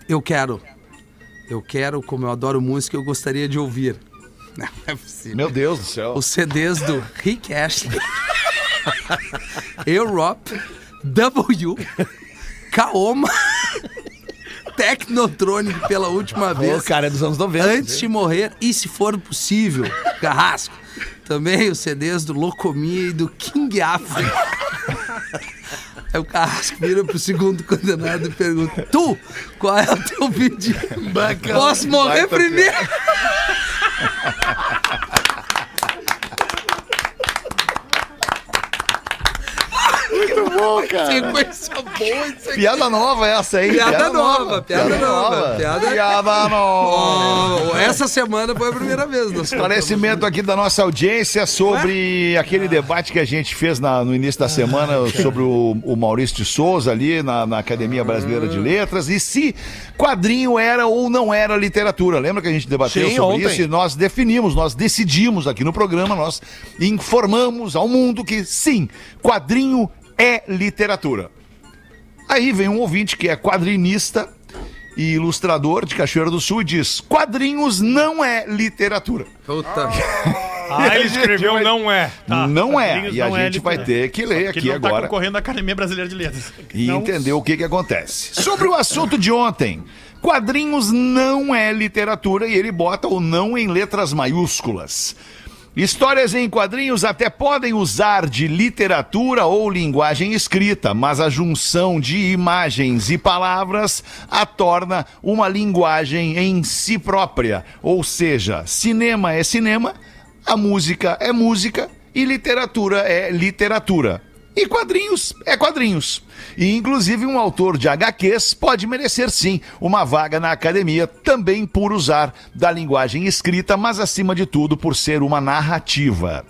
Eu quero. Eu quero, como eu adoro música, eu gostaria de ouvir. Não é possível.
Meu Deus do céu.
Os CDs do Rick Ashley, Europe, W, Kaoma, Technotronic pela última vez.
Ô, cara, é dos anos 90.
Antes de morrer, e se for possível, Carrasco. Também os CDs do Locomia e do King Africa. Aí o Carrasco vira pro segundo condenado e pergunta: Tu, qual é o teu pedido? Posso morrer
baita
primeiro?
Muito bom, cara.
Sequência boa isso aqui.
Piada nova essa, hein?
Piada nova, piada nova,
Piada,
piada-
nova.
Ó, essa semana foi a primeira vez. né? nós
Esclarecimento aqui da nossa audiência sobre aquele debate que a gente fez na- no início da semana sobre o, o Maurício de Souza ali na, na Academia Brasileira de Letras e se quadrinho era ou não era literatura. Lembra que a gente debateu
Sim, ontem.
sobre isso e nós definimos, nós decidimos aqui no programa, nós informamos ao mundo que sim, quadrinho é literatura. Aí vem um ouvinte que é quadrinista e ilustrador de Cachoeira do Sul e diz: quadrinhos não é literatura.
Puta.
Ah, ele escreveu não é.
Tá,
não é.
quadrinhos
E a
não é
gente vai
literatura.
ter que ler
Porque
aqui
ele não tá
agora
concorrendo à Academia Brasileira de Letras.
e
Não
entender o que, que acontece. Sobre o assunto de ontem. Quadrinhos não é literatura e ele bota o não em letras maiúsculas. Histórias em quadrinhos até podem usar de literatura ou linguagem escrita, mas a junção de imagens e palavras a torna uma linguagem em si própria. Ou seja, cinema é cinema, a música é música e literatura é literatura. E quadrinhos é quadrinhos. E inclusive um autor de HQs pode merecer sim uma vaga na academia também por usar da linguagem escrita, mas acima de tudo por ser uma narrativa.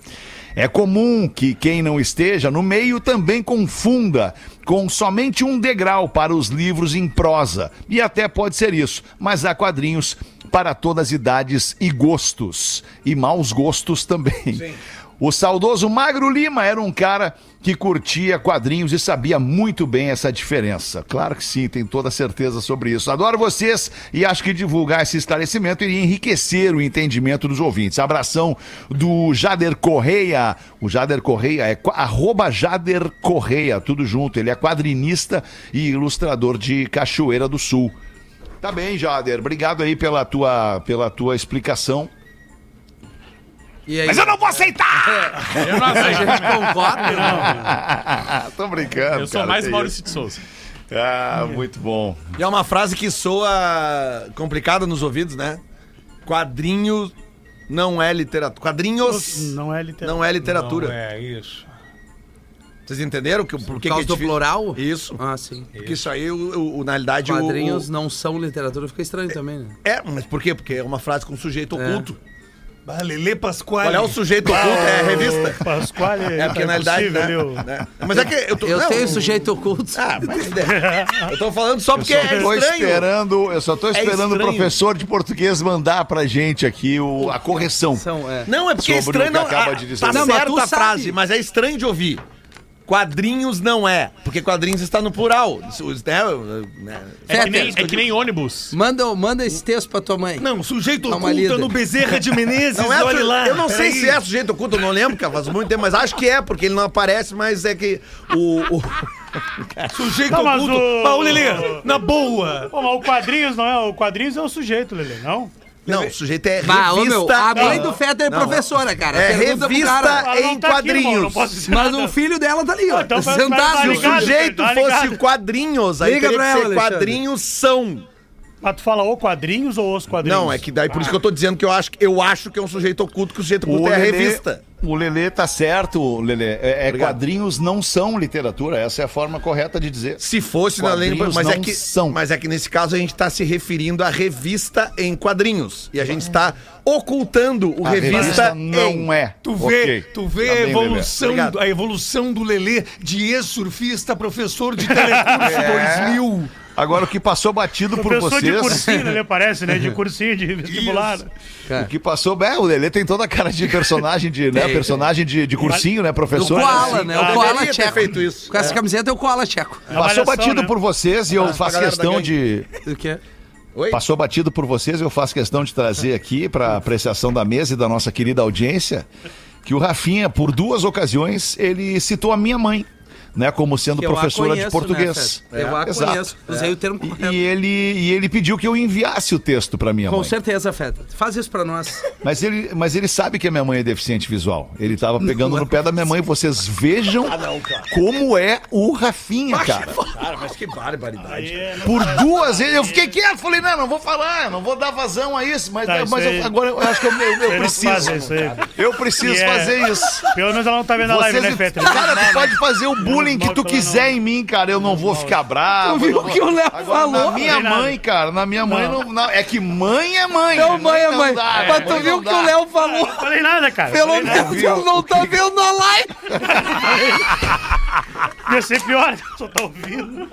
É comum que quem não esteja no meio também confunda com somente um degrau para os livros em prosa. E até pode ser isso, mas há quadrinhos para todas as idades e gostos. E maus gostos também. O saudoso Magro Lima era um cara que curtia quadrinhos e sabia muito bem essa diferença. Claro que sim, tenho toda certeza sobre isso. Adoro vocês e acho que divulgar esse esclarecimento iria enriquecer o entendimento dos ouvintes. Abração do Jader Correia. O Jader Correia é qua- arroba Jader Correia, tudo junto. Ele é quadrinista e ilustrador de Cachoeira do Sul. Tá bem, Jader. Obrigado aí pela tua, pela tua explicação.
E aí?
Mas eu não vou aceitar!
Eu não
A
aceito.
gente concorda, não.
Tô brincando.
Eu sou
cara,
mais
que
Maurício de Souza.
isso. Ah, muito bom.
E é uma frase que soa complicada nos ouvidos, né? Quadrinho não é literatura. Quadrinhos
Não é literatura.
não é literatura.
Não é isso.
Vocês entenderam que, por que,
Por
que é
causa do
difícil?
plural?
Isso.
Ah, sim.
Porque isso aí, o, o- o- na realidade, o-
Quadrinhos
o...
não são literatura, fica estranho também, né?
É, mas por quê? Porque é uma frase com sujeito oculto.
Lele Pascoal.
Qual é o sujeito oculto? É a revista.
Pascoal
É porque na realidade, né? né? Mas é que eu tô...
Eu
não,
tenho sujeito oculto.
Ah, mas... eu tô falando só porque é
Tô
estranho.
esperando, eu só tô esperando o
estranho.
professor de português mandar pra gente aqui o, a correção.
São, é.
Não, é porque é
Sobre o
estranho.
que
Não,
acaba
ah,
de dizer.
Tá
Não, mas
certa
tu
a frase,
sabe.
mas é estranho de ouvir.
Quadrinhos não é, porque quadrinhos está no plural. Isso, né, né,
É que, nem,
Fetter.
é que nem ônibus.
Manda, manda esse texto pra tua mãe.
Não, sujeito
Dá uma lida.
oculta no Bezerra de Menezes,
Não é,
olha lá.
eu não sei
Peraí.
se é sujeito oculto, eu não lembro, cara, faz muito tempo, mas acho que é, porque ele não aparece, mas é que o. o-
Sujeito
Não, mas
oculto.
o-
Mas, ô, Lelê, na boa.
Pô, mas o quadrinhos não é. O quadrinhos é o sujeito, Lelê, não?
não, o sujeito é
Bah, ô, meu, a mãe
Não,
do Fetter é
Ah. Não.
professora, cara.
É
Pergunta pro
revista
cara.
Ela não
em
tá aqui, irmão,
quadrinhos.
não posso dizer
Mas
nada.
o filho dela tá ali, ó.
então vai- vai
sentado.
Se o
ligado,
sujeito
tá ligado.
fosse quadrinhos, aí
Liga
teria que
pra
ser
ela, Alexandre.
quadrinhos são.
Mas tu fala o quadrinhos ou os quadrinhos?
Não, é que daí por isso que eu tô dizendo que eu acho, que- eu acho que é um sujeito oculto, que o sujeito oculto é a
Lelê-
revista.
O Lelê tá certo, Lelê. É, é
Obrigado.
quadrinhos não são literatura. Essa é a forma correta de dizer.
Se fosse na lei,
Quadrinhos
mas é
não
que
são.
mas é que nesse caso a gente está se referindo à revista em quadrinhos e a gente está ocultando o
A
revista, em
não é.
Tu vê,
Ok.
tu vê
Tá
a,
bem, Lelê.
evolução,
Obrigado.
a evolução do Lelê de ex-surfista, professor de telecurso 2000.
Agora o que passou batido por
Professor de
vocês,
cursinho, Lelê, parece, né? De cursinho, de vestibular.
o que passou, é, o Lelê tem toda a cara de personagem de, né, personagem de, de cursinho, né,
O
professor?
Koala, né? O
Eu
Koala
deveria ter
Tcheco.
feito isso.
Com essa camiseta é o Koala Tcheco.
Passou
Avaliação,
batido
né?
por vocês e eu faço
galera da
questão
gangue.
de
O quê?
Passou batido por vocês, eu faço questão de trazer aqui para apreciação da mesa e da nossa querida audiência que o Rafinha, por duas ocasiões, ele citou a minha mãe, né, como sendo
Eu a
professora
conheço,
de português.
né, Fred? eu a
Exato.
conheço. Usei o termo
E-
correto.
E, ele, e ele pediu que eu enviasse o texto para minha
Com
mãe.
certeza, Feta. Faz isso pra nós.
Mas ele, mas ele sabe que a minha mãe é deficiente visual. Ele tava
é
pegando no pé da minha mãe. Vocês vejam como é o Rafinha, cara.
Cara, Ah, mas que barbaridade.
é,
Por duas vezes. Eu fiquei quieto, falei, não, não vou falar, não vou dar vazão a isso. Mas,
Tá, isso
mas eu-
aí-
agora eu acho que eu, eu- eu
Eles
preciso.
fazem isso aí.
Eu preciso
E é-
fazer isso.
Pelo menos ela não tá vendo a live, né,
Vocês,
Petra?
cara, tu pode fazer o bullying
mal
que tu
que ela
quiser
não-
em mim, cara. Eu não vou ficar bravo.
Tu viu
eu não
o que
vou-
o Léo
Agora,
falou?
Na minha
Não tem
mãe, cara, na minha mãe não. não- é que mãe é mãe.
Não, mãe, é mãe.
dá,
Mas
mãe
tu viu
não
o que
dá.
o Léo falou?
Não falei nada, cara.
Pelo
falei nada.
menos ele não tá vendo a live.
Ia ser pior, só tá ouvindo.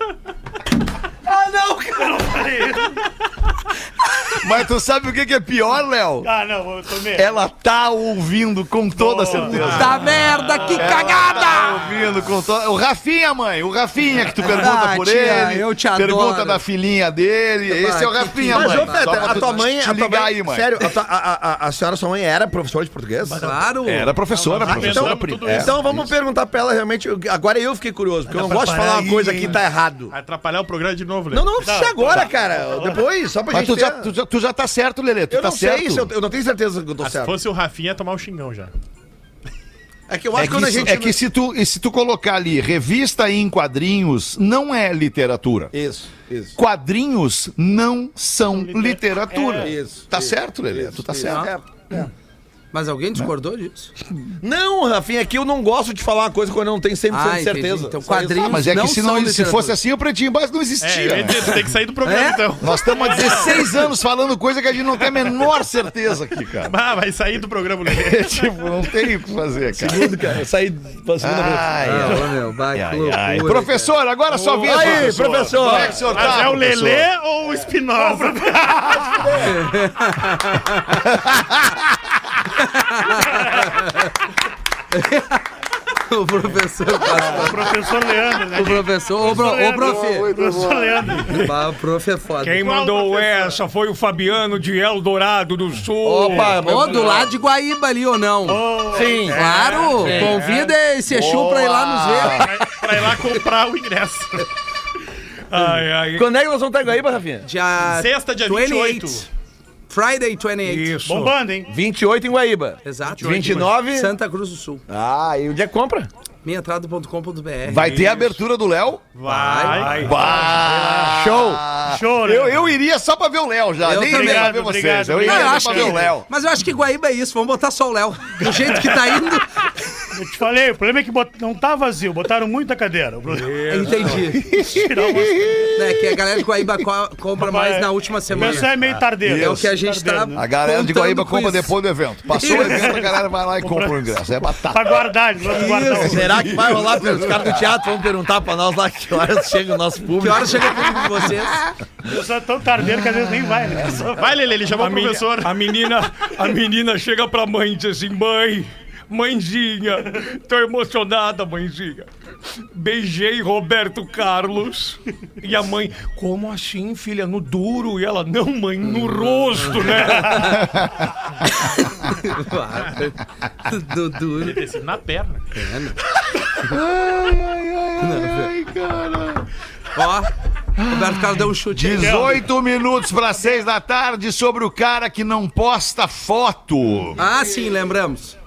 Ah, não, cara.
Falei isso.
Mas tu sabe o que que é pior, Léo?
Ah, não, eu tomei.
É.
Ela tá ouvindo com toda certeza. tá
Tá merda, que
é,
cagada.
Ouvindo com to- O Rafinha, mãe. O Rafinha que tu pergunta
Ah,
por
tia,
ele.
eu te
Pergunta
adoro.
da filhinha dele. Esse é o
que-
Rafinha,
Mas,
mãe.
ô, Feta,
Só pra
Ah, a
tu
tua mãe.
Te
a tua
ligar
mãe-
aí, mãe.
Sério, a, tua- a- a- a senhora, sua mãe, era professora de português?
Claro.
Era professora, professora.
Então,
pri-
é, então vamos perguntar pra ela realmente. Agora eu fiquei curioso, porque eu não gosto de falar uma coisa que tá errado.
Atrapalhar o programa de novo, Tá, Lelê.
Não, não, não precisa agora,
tá
cara. Depois, só pra
Mas
gente.
tu já,
ter-
tu, já, tu já tá certo, Lelê. Tu
Eu
tá
não
certo.
sei se eu, eu não tenho certeza que eu tô
Ah, Se
certo.
fosse o Rafinha, ia tomar um xingão já.
É que eu
É
acho que
que,
quando a
isso-
gente.
é que se, tu, e se tu colocar ali revista em quadrinhos, não é literatura.
Isso, isso.
Quadrinhos não são literatura.
É. Isso,
tá
isso,
certo, Lelê? tu tá
isso.
certo.
Mas alguém discordou disso?
Não, Rafinha, é que eu não gosto de falar uma coisa quando eu não tenho 100% de
Ah, entendi.
certeza.
Então,
Só isso.
quadrinho-
Ah, mas é que
Não
se,
são
não, se
literatura.
fosse assim, o Pretinho Básico não
É,
existia.
eu
né?
ia dizer, tu tem que sair do programa,
É?
então.
Nós estamos há 16 anos falando coisa que a gente não tem a menor certeza aqui, cara.
Ah, vai sair do programa, Lelê. É
tipo, não tem o que fazer, cara.
Segundo, cara, eu saí pra segunda vez.
Ai,
Ah, ô, meu, vai,
ai,
que
ai,
loucura,
ai.
cara.
Professor, agora só vez,
Aí,
professor.
professor.
Como é que o senhor tá,
Mas é o
professor?
Lelê ou o Espinosa?
O professor.
O professor Leandro, né?
O professor. Ô, bro,
é
ô profe.
O professor Leandro.
Bah, O profe é foda.
Quem mandou essa foi o Fabiano de Eldorado do Sul.
Opa,
É. Ô, do lado de Guaíba ali ou não?
sim.
Claro, convida esse Exu pra ir lá nos ver.
Vai, vai lá comprar o ingresso.
Ai, ai.
Quando é que nós vamos estar em Guaíba, Rafinha?
Dia
Sexta, dia 28.
Friday 28.
Isso.
Bombando, hein?
28 em Guaíba.
Exato.
29.
Santa Cruz do Sul.
Ah, e onde é que compra?
Minhaentrada.com.br.
Vai ter a abertura do Léo?
Vai.
Ai.
Bah, show!
Show, né?
Eu, eu iria só pra ver o Léo já.
Eu
Nem
também.
pra ver
Obrigado,
vocês.
obrigado,
eu iria
Não, eu
só
acho
pra ver o Léo.
que, mas eu acho que Guaíba é isso. Vamos botar só o Léo. Do jeito que tá indo.
Eu te falei, o problema é que bot- não tá vazio, botaram muita cadeira. O problema-
Entendi.
Tiraram umas-
É que a galera de Guaíba co- compra mais na última
O pessoal
semana.
é meio tardeiro.
É o que a gente tá.
Tardeiro, né?
A galera de
contando
Guaíba
com
compra
isso.
depois do evento. Passou o evento, a galera vai lá e compra o ingresso. É batata.
Pra guardar, eles vão guardar. o-
Será que vai rolar? Os caras do teatro vão perguntar pra nós lá que horas chega o nosso público.
Que hora chega o público de vocês?
O pessoal é tão tardeiro que às vezes nem vai, né?
É.
Vai, Lelê, ele chamou
A,
o
meni-
professor.
a menina, a menina chega pra mãe e diz assim: mãe, Mãezinha, tô emocionada, mãezinha. Beijei Roberto Carlos. E a mãe, como assim, filha? No duro? E ela, não, mãe, no rosto, né?
do duro.
Ter sido na perna.
Ó, Roberto Carlos deu um chute. aí.
18 minutos para 6 da tarde sobre o cara que não posta foto.
Ah, sim, lembramos.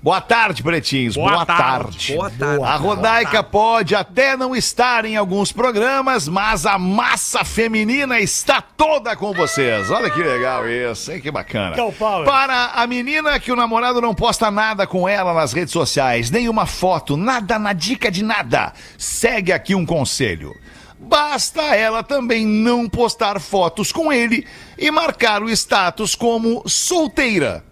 Boa tarde, pretinhos. Boa, tarde.
Boa tarde.
A Rodaica pode até não estar em alguns programas, mas a massa feminina está toda com vocês. Olha que legal isso, hein? Que é bacana.
Girl power.
Para a menina que o namorado não posta nada com ela nas redes sociais, nenhuma foto, nada na dica de nada, segue aqui um conselho. Basta ela também não postar fotos com ele e marcar o status como solteira.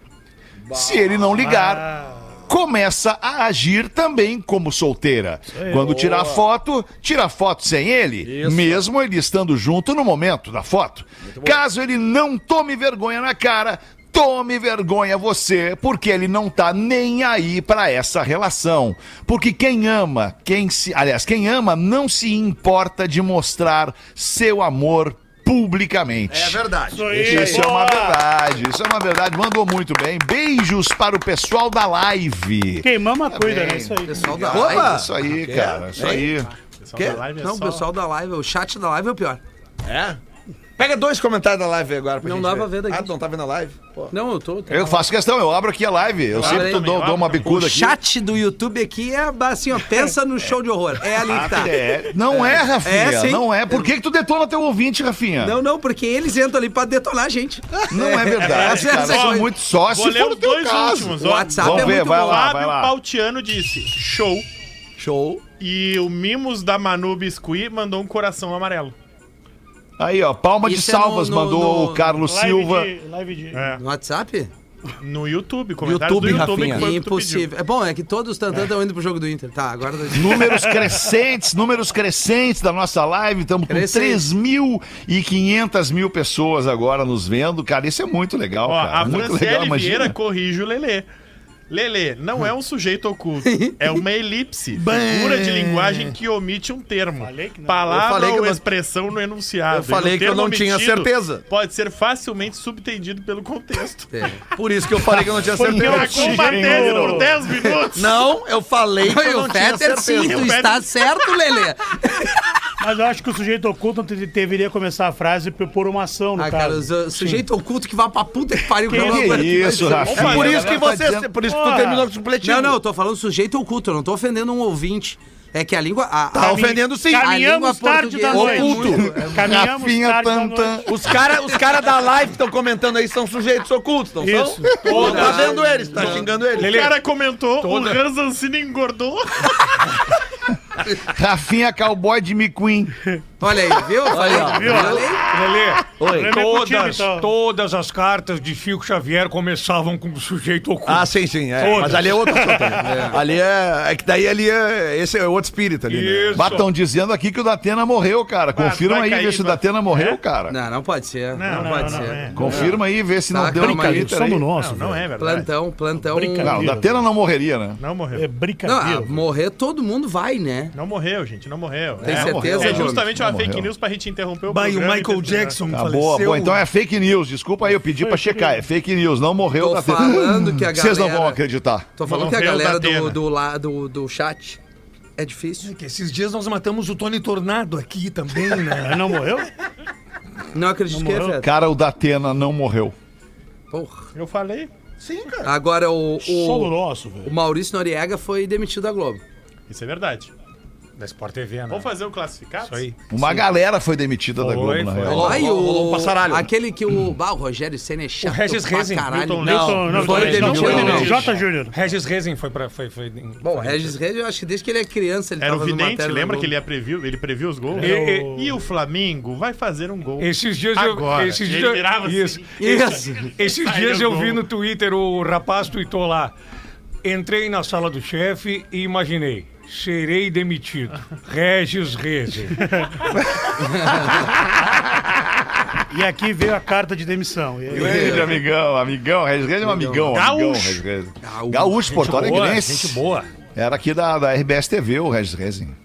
Se ele não ligar, começa a agir também como solteira. Quando tirar foto, tira foto sem ele, mesmo ele estando junto no momento da foto. Caso ele não tome vergonha na cara, tome vergonha você, porque ele não tá nem aí pra essa relação. Porque quem ama, quem se, aliás, quem ama não se importa de mostrar seu amor publicamente.
É verdade.
Isso aí,
Isso é uma
boa.
verdade, isso é uma verdade. Mandou muito bem. Beijos para o pessoal da live.
Queimamos a cuida,
bem.
né? Isso aí.
Pessoal da
Opa!
live.
Isso aí, cara. Isso aí.
Pessoal
Quê?
da live é
Não, o
só-
pessoal da live, o chat da live é o pior.
É? Pega dois comentários da live agora pra
Não
gente
dá pra ver daqui.
Ah, tu não tá vendo a live? Pô.
Não, eu tô. tá. tô-
Eu faço questão, eu abro aqui a live. Eu sempre
também,
dou,
eu
dou uma
abro.
bicuda
O
aqui.
chat do YouTube aqui é assim, ó, pensa no show de horror. É ali que tá.
É, não é, Rafinha.
É, sim.
não é. Por que, que tu detona teu ouvinte, Rafinha? Não,
Não, não, porque eles entram ali pra detonar a gente.
é verdade.
Essa é a
cara. Isso é
coisa.
muito só se
Vou ler
for o
os
teu
dois
caso.
últimos.
O
ó.
WhatsApp
Vamos
é
ver,
muito
vai
bom.
lá.
Fábio Pautiano disse, show.
Show.
E o Mimos da Manu Biscuit mandou um coração amarelo.
Aí, ó, palma de
Isso é
salvas
no-
mandou
no-
o Carlos
Live
Silva.
de- live de...
No WhatsApp?
No YouTube, comentários
YouTube,
do YouTube
Rafinha.
que foi o que tu
Impossível. É bom, é que todos os tantãs estão indo pro jogo do Inter. Tá, agora.
Números crescentes, números crescentes da nossa live. Estamos com
Crescente.
3 mil e 500 mil pessoas agora nos vendo. Cara, isso é muito legal,
Ó,
cara.
a
muito
Franciele
imagina.
Vieira corrige o Lelê. Lelê, não é um sujeito oculto, é uma elipse, figura de linguagem que omite um termo,
Falei que não.
Eu
palavra
falei que eu
ou
não-
expressão no enunciado.
Eu falei
E no
que eu
termo
não tinha
omitido
certeza.
Pode ser facilmente subtendido pelo contexto.
É.
Por isso que eu falei que eu não tinha
Porque
certeza.
eu-
Marcou uma
Xinguei
tese
o-
por 10 minutos.
Não, eu falei que eu
O
não tinha
Peter, sim,
certeza.
tu está certo, Lelê.
Mas eu acho que o sujeito oculto te- deveria começar a frase por por uma ação, no
Ah, cara,
caso.
o sujeito oculto que vai pra puta que pariu.
Que
eu não
Que
aguento mais
isso,
isso.
É
Rafinha.
Por isso que
Ela tá
você.
dizendo-
Por isso que tu
Porra.
terminou com o supletivo.
Tipo- Tá
Não, não, eu tô falando sujeito oculto, eu não tô ofendendo um ouvinte. É que a língua. A,
Tá
a-
ofendendo sim.
Cara,
Caminhamos
língua
tarde da
portuguesa
noite.
é muito- é
Caminhamos
Rafinha
tarde da
Tantan.
noite.
Os caras os cara da live que estão comentando aí são sujeitos ocultos, não
Isso.
são? Ou tá vendo eles, tá xingando eles.
O cara comentou,
Toda-
o Hans Ancina engordou.
Rafinha Cowboy de McQueen.
Olha aí, viu? Falei,
viu?
falei.
Oi.
Lelê contigo,
Ah! Todas,
então.
todas as cartas de Chico Xavier começavam com sujeito oculto.
Ah, sim, sim. é.
Todas.
Mas ali é outro assunto. né? Ali é. É que daí ali é. Esse é outro espírito ali. né?
Isso.
Batam dizendo aqui que o Datena morreu, cara. Confirma
vai
aí,
cair,
vê se o
vai-
Datena morreu, cara.
Não, não pode ser. Não,
não,
pode
não,
ser.
não, é.
Confirma aí, vê se
Tá,
não deu no
brincadeira,
Twitter aí.
nosso.
Não, não é verdade.
Plantão, plantão.
Brincadeira.
Não, o Datena não morreria, né?
Não
É
morreu.
Não,
brincadeira.
ah, morrer todo mundo vai, né?
Não morreu, gente, não morreu.
Tem
é,
certeza,
É
Gomes?
justamente uma
Não
fake
morreu.
news pra gente interromper o
Bah, e o
programa e
Michael
terminar.
Jackson
Tá,
faleceu.
boa, boa. Então é fake news. Desculpa aí, eu pedi pra checar. É fake news. Não morreu
Tô
o Datena.
falando que a
Vocês não vão
galera-
acreditar.
Tô falando
Não
que a
vê o
galera do,
Datena.
do, lá- do, do chat é difícil.
Que esses dias nós matamos o Tony Tornado aqui também, né?
Mas não morreu?
Não acredito que é, Fred.
Cara, o Datena não morreu.
Porra.
Eu falei.
Agora o,
Solo
o,
nosso,
o
velho.
Maurício Noriega foi demitido da Globo.
Isso é verdade.
Da Sport TV, né?
Vamos fazer um o classificado?
Isso aí.
Uma galera foi demitida da
Foi,
Globo, na
foi.
real.
Rolou,
Ai,
rolou,
o-
rolou um passaralho.
Aquele que o. Bah, o Rogério Senna é chato.
O Regis
pra
Rezende,
caralho.
Milton
não,
Newton,
não, foi
também não,
demitido,
foi
não.
demitido.
Jota Júnior.
Regis Rezin foi pra. Foi, foi,
Bom, o Regis Rezende, eu acho que desde que ele é criança ele
Era o
tava numa
vidente,
matéria na
lembra
Globo.
que ele, ia previu, ele previu os gols?
Era
E, e o Flamengo vai fazer um gol.
Esses dias
Agora.
eu. Esses
Ele
dias,
virava assim.
isso.
Isso.
Esses
Ai,
dias
meu
eu vi
gol.
no Twitter, o rapaz tuitou lá. Entrei na sala do chefe e imaginei. Serei demitido. Regis Rezin.
E aqui veio a carta de demissão. E aí-
é
Grande amigão, amigão, Regis Reis é um amigão. amigão
Gaúcho.
Regis Reis. Gaúcho, Porto Alegrense.
boa.
Era aqui da, da RBS TV, o Regis Reis, em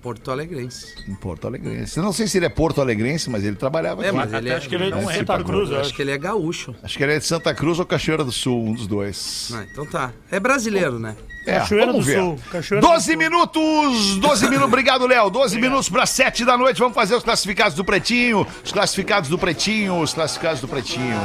Porto Alegrense.
em Porto Alegrense. Eu não sei se ele é Porto Alegrense, mas ele trabalhava
É,
aqui.
mas ele é,
Acho que ele é de
Não é
Santa
tipo
Cruz, eu
acho
acho.
que ele é gaúcho.
Acho que ele é de Santa Cruz ou Cachoeira do Sul, um dos dois.
Ah, então tá. É brasileiro, né?
É,
Cachoeira
vamos
do
ver.
Sul, Cachoeira
12
do Sul.
minutos, 12 minutos, obrigado, Léo. 12 minutos para 7 da noite. Vamos fazer os classificados do Pretinho. Os classificados do Pretinho, os classificados do Pretinho.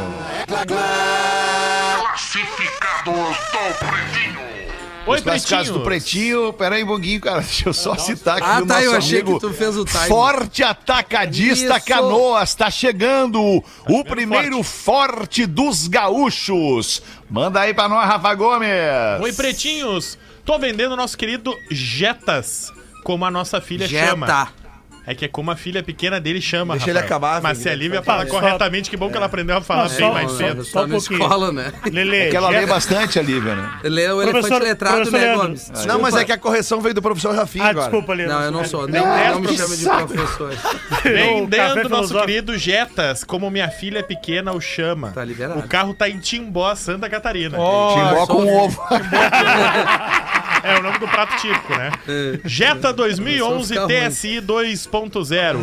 Oi,
os classificados
Pretinho.
do Pretinho. Peraí, Bonguinho, cara, deixa eu só citar aqui.
Ah,
do
tá,
nosso
eu achei
amigo
que tu fez o timing.
Forte Atacadista
Isso.
Canoas, tá chegando o primeiro forte. dos gaúchos. Manda aí pra nós, Rafa Gomes.
Oi, pretinhos! Tô vendendo o nosso querido Jetas, como a nossa filha chama.
Jeta.
É que é como a filha pequena dele chama.
Deixa ele acabar,
Mas
filho.
se a Lívia fala
Só-
corretamente, que bom que
É.
ela aprendeu a falar
Não,
bem
só-
mais cedo.
É, Só
Só um
na
pouquinho.
escola, né?
Lele,
Que ela lê
Jeta-
bastante a Lívia, né?
Ele é o elefante
Professor-
letrado,
professor
né,
Leandro.
Gomes?
Não, mas é que a correção veio do professor Rafinha
Ah,
agora.
desculpa, Lele.
Não, eu não sou. Não,
Não, é
não me
que
chama de
saco.
professor.
Vendendo
um Café
o nosso
Filosófico.
querido Jetas, como minha filha pequena o chama.
Tá liberado.
O carro tá em Timbó, Santa Catarina.
Timbó
só
com
um-
ovo.
É o nome do prato típico, né? Jetta 2011
É. Só fica ruim.
TSI 2.0.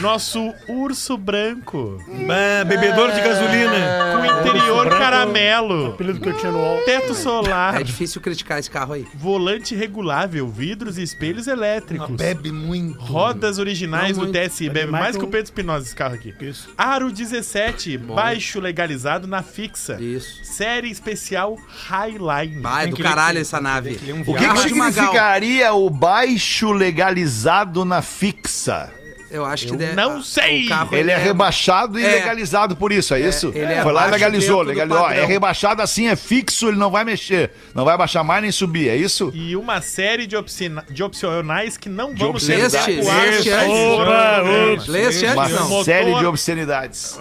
Nosso urso branco.
É,
bebedor de gasolina.
Com interior
branco.
caramelo.
apelido que eu tinha no UOL.
Teto solar.
É difícil criticar esse carro aí.
Volante regulável, vidros e espelhos elétricos.
Bebe muito.
Rodas originais
Não
do
muito.
TSI. Bebe
mais
mais
que
que o
um-
Pedro Espinosa esse carro aqui.
Isso.
Aro 17, baixo legalizado na fixa.
Isso.
Série especial Highline.
Vai, do caralho essa nave.
O que, que
Garra de Magal.
significaria o baixo legalizado na fixa?
Eu acho que
Eu
deve.
não
é, o
sei.
carro,
Ele é rebaixado e
É.
legalizado por isso, é isso?
ele é
Foi lá e
abaixo
legalizou,
dentro do
legalizou. Ó, é
padrão.
rebaixado assim, é fixo, ele não vai mexer. Não vai baixar mais nem subir, é isso?
E uma série de, opciona- de opcionais que não vamos ter
opcionais.
que
Leste,
evacuar
leste
no
antes.
programa.
Lê esse
Uma
antes, é não. Ah,
motor-
série de obscenidades.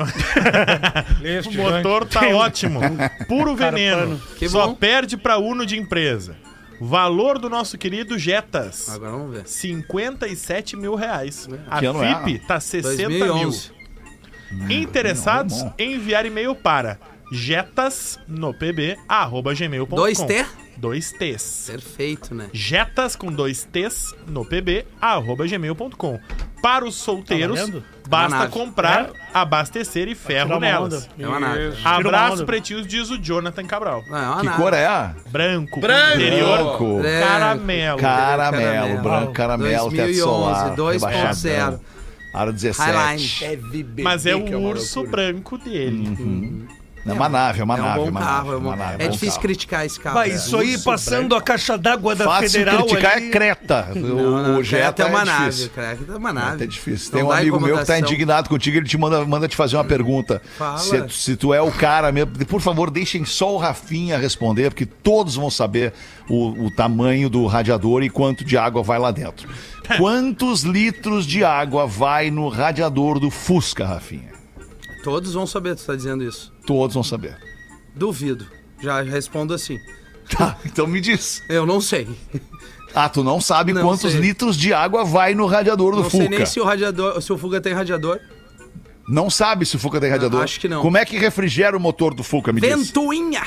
O motor tá ótimo. Puro veneno.
Que
Só
bom.
perde pra Uno de empresa. Valor do nosso querido Jetas.
Agora vamos ver.
57 mil reais. A
Que ano é?
FIP tá 60
2011.
mil.
Hum,
Interessados,
é
enviar e-mail para jetas no pb, arroba gmail.com.
Dois T?
Dois T's.
Perfeito, né?
Jetas com dois T's no pb, arroba gmail.com. Para os solteiros,
Tá valendo? É?
Uma
basta
nave.
comprar, abastecer e ferro
uma
nelas.
onda.
É uma nave.
Tira uma
Abraço,
onda.
pretinhos, diz o Jonathan Cabral.
Não, é uma
Que
nave.
cor é? a?
Branco,
Branco.
com interior
Branco.
É,
caramelo.
Caramelo,
Caramelo.
branco, caramelo, teto
2011,
solar.
2.0.
rebaixadão. Aro 17.
Highline.
Mas é o urso branco dele.
É uma nave, é uma
É um
nave.
bom
uma
carro.
nave,
É, um bom-
uma nave,
é
bom
difícil
carro.
criticar esse carro.
Vai,
É.
isso aí passando a caixa d'água da
Fácil
Federal
criticar
ali.
é Creta.
Não, não,
o o Jetta
Creta
é,
é uma nave.
difícil.
Creta é uma
É
nave.
até difícil.
Não
Tem um
dá
amigo meu que tá
incomodação.
indignado contigo, ele te manda, manda te fazer uma pergunta.
Fala.
Se, tu- se tu é o cara mesmo, por favor, deixem só o Rafinha responder, porque todos vão saber o, o tamanho do radiador e quanto de água vai lá dentro. Quantos litros de água vai no radiador do Fusca, Rafinha?
Todos vão saber que tu tá dizendo isso.
Todos vão saber.
Duvido. Já respondo assim.
Tá, então me diz.
Eu não sei.
Ah, tu não sabe
Não
quantos
sei.
litros de água vai no radiador do
Não sei nem
Fusca.
se o radiador, se o Fuga tem radiador.
Não sabe se o Fuca tem radiador.
Ah, acho que não.
Como é que refrigera o motor do Fuca, me diz?
Ventoinha!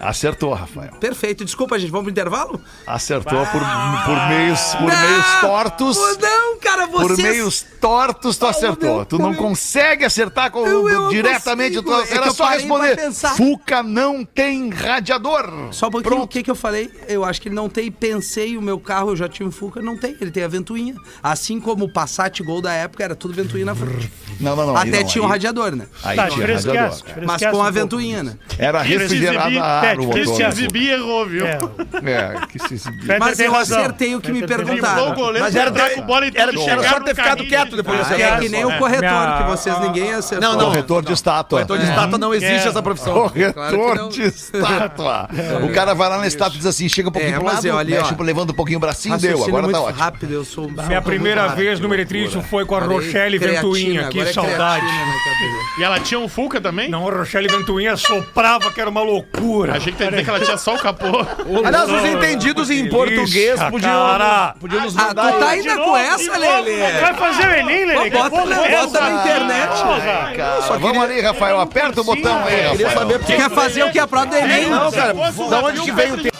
Acertou, Rafael.
Perfeito. Desculpa, gente. Vamos pro intervalo?
Acertou por, por meios, por meios tortos.
Não, cara,
Por
vocês... Ah,
meios tortos, tu acertou.
meu
Tu não
Deus.
consegue acertar com,
Eu- eu não
diretamente.
consigo.
tu-
É que
era
eu
só
parei pra
responder.
pensar.
Fuca não tem radiador.
Só um pouquinho, o
Pronto.
que, que eu falei? Eu acho que ele não tem. Pensei, o meu carro, eu já tinha um Fuca, não tem. Ele tem a ventoinha. Assim como o Passat Gol da época, era tudo ventoinha na frente.
Não, não, não. aí
Até
não,
tinha um
aí-
radiador, né?
Aí
Tá,
tinha radiador.
fresquece.
cara.
Mas
fresquece
com
um
a
pouco.
ventoinha, né?
Era refrigerado a ar, o
Pet,
motor.
Esse
do Fuca.
Azibi errou, viu?
É.
É, que se exibia.
Fred
Mas
tem
eu
razão.
acertei o que me
Fred tem
Driblou o
perguntaram.
goleiro,
Mas era
entrar
ter-
com bola e
era-
tudo,
era
chegaram
só
no
ter ficado
carrinho.
quieto depois
Ah,
dessa
é que nem o corretor,
Minha-
que vocês ninguém acertou.
Não,
Corretor de estátua.
Corretor de estátua não existe
É.
essa profissão.
Corretor
Claro que não.
de estátua. O cara vai lá na estátua e diz assim: chega um pouquinho
É,
pro
mas
lado,
é, olha,
mexe,
ó.
levando um pouquinho o bracinho, deu.
Raciocínio
Agora tá
muito
ótimo.
rápido, eu sou...
Minha primeira vez no Meretrício foi com a Rochelle Ventuinha.
é
é
Que saudade.
E ela tinha um Fuca também?
Não, a Rochelle Ventuinha soprava que era uma loucura.
Achei que ia dizer que ela tinha só o capô.
Aliás, os entendidos em português
Delícia,
podiam,
cara.
podiam nos
Ah, tu
mandar.
tá
aí.
ainda com essa, Lelê?
Vai fazer o Enem, Lelê?
Bota-
Que porra é
bota na
essa?
internet,
Porra.
Vamos ali,
É um
Rafael. Aperta o botão aí,
Queria
Rafael.
saber
Tu quer fazer o que? A prova do Enem?
Não, cara, da onde que vem o tempo?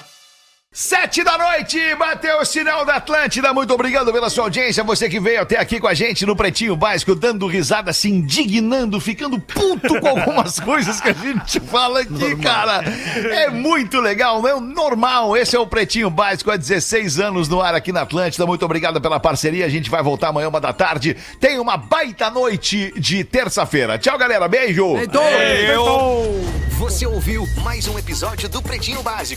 Sete da noite, bateu o sinal da Atlântida. Muito obrigado pela sua audiência. Você que veio até aqui com a gente no Pretinho Básico, dando risada, se indignando, ficando puto com algumas coisas que a gente fala aqui, cara. É muito legal, não é normal. Esse é o Pretinho Básico há 16 anos no ar aqui na Atlântida. Muito obrigado pela parceria. A gente vai voltar amanhã, uma da tarde. Tem uma baita noite de terça-feira. Tchau, galera. Beijo.
Então,
Você ouviu mais um episódio do Pretinho Básico.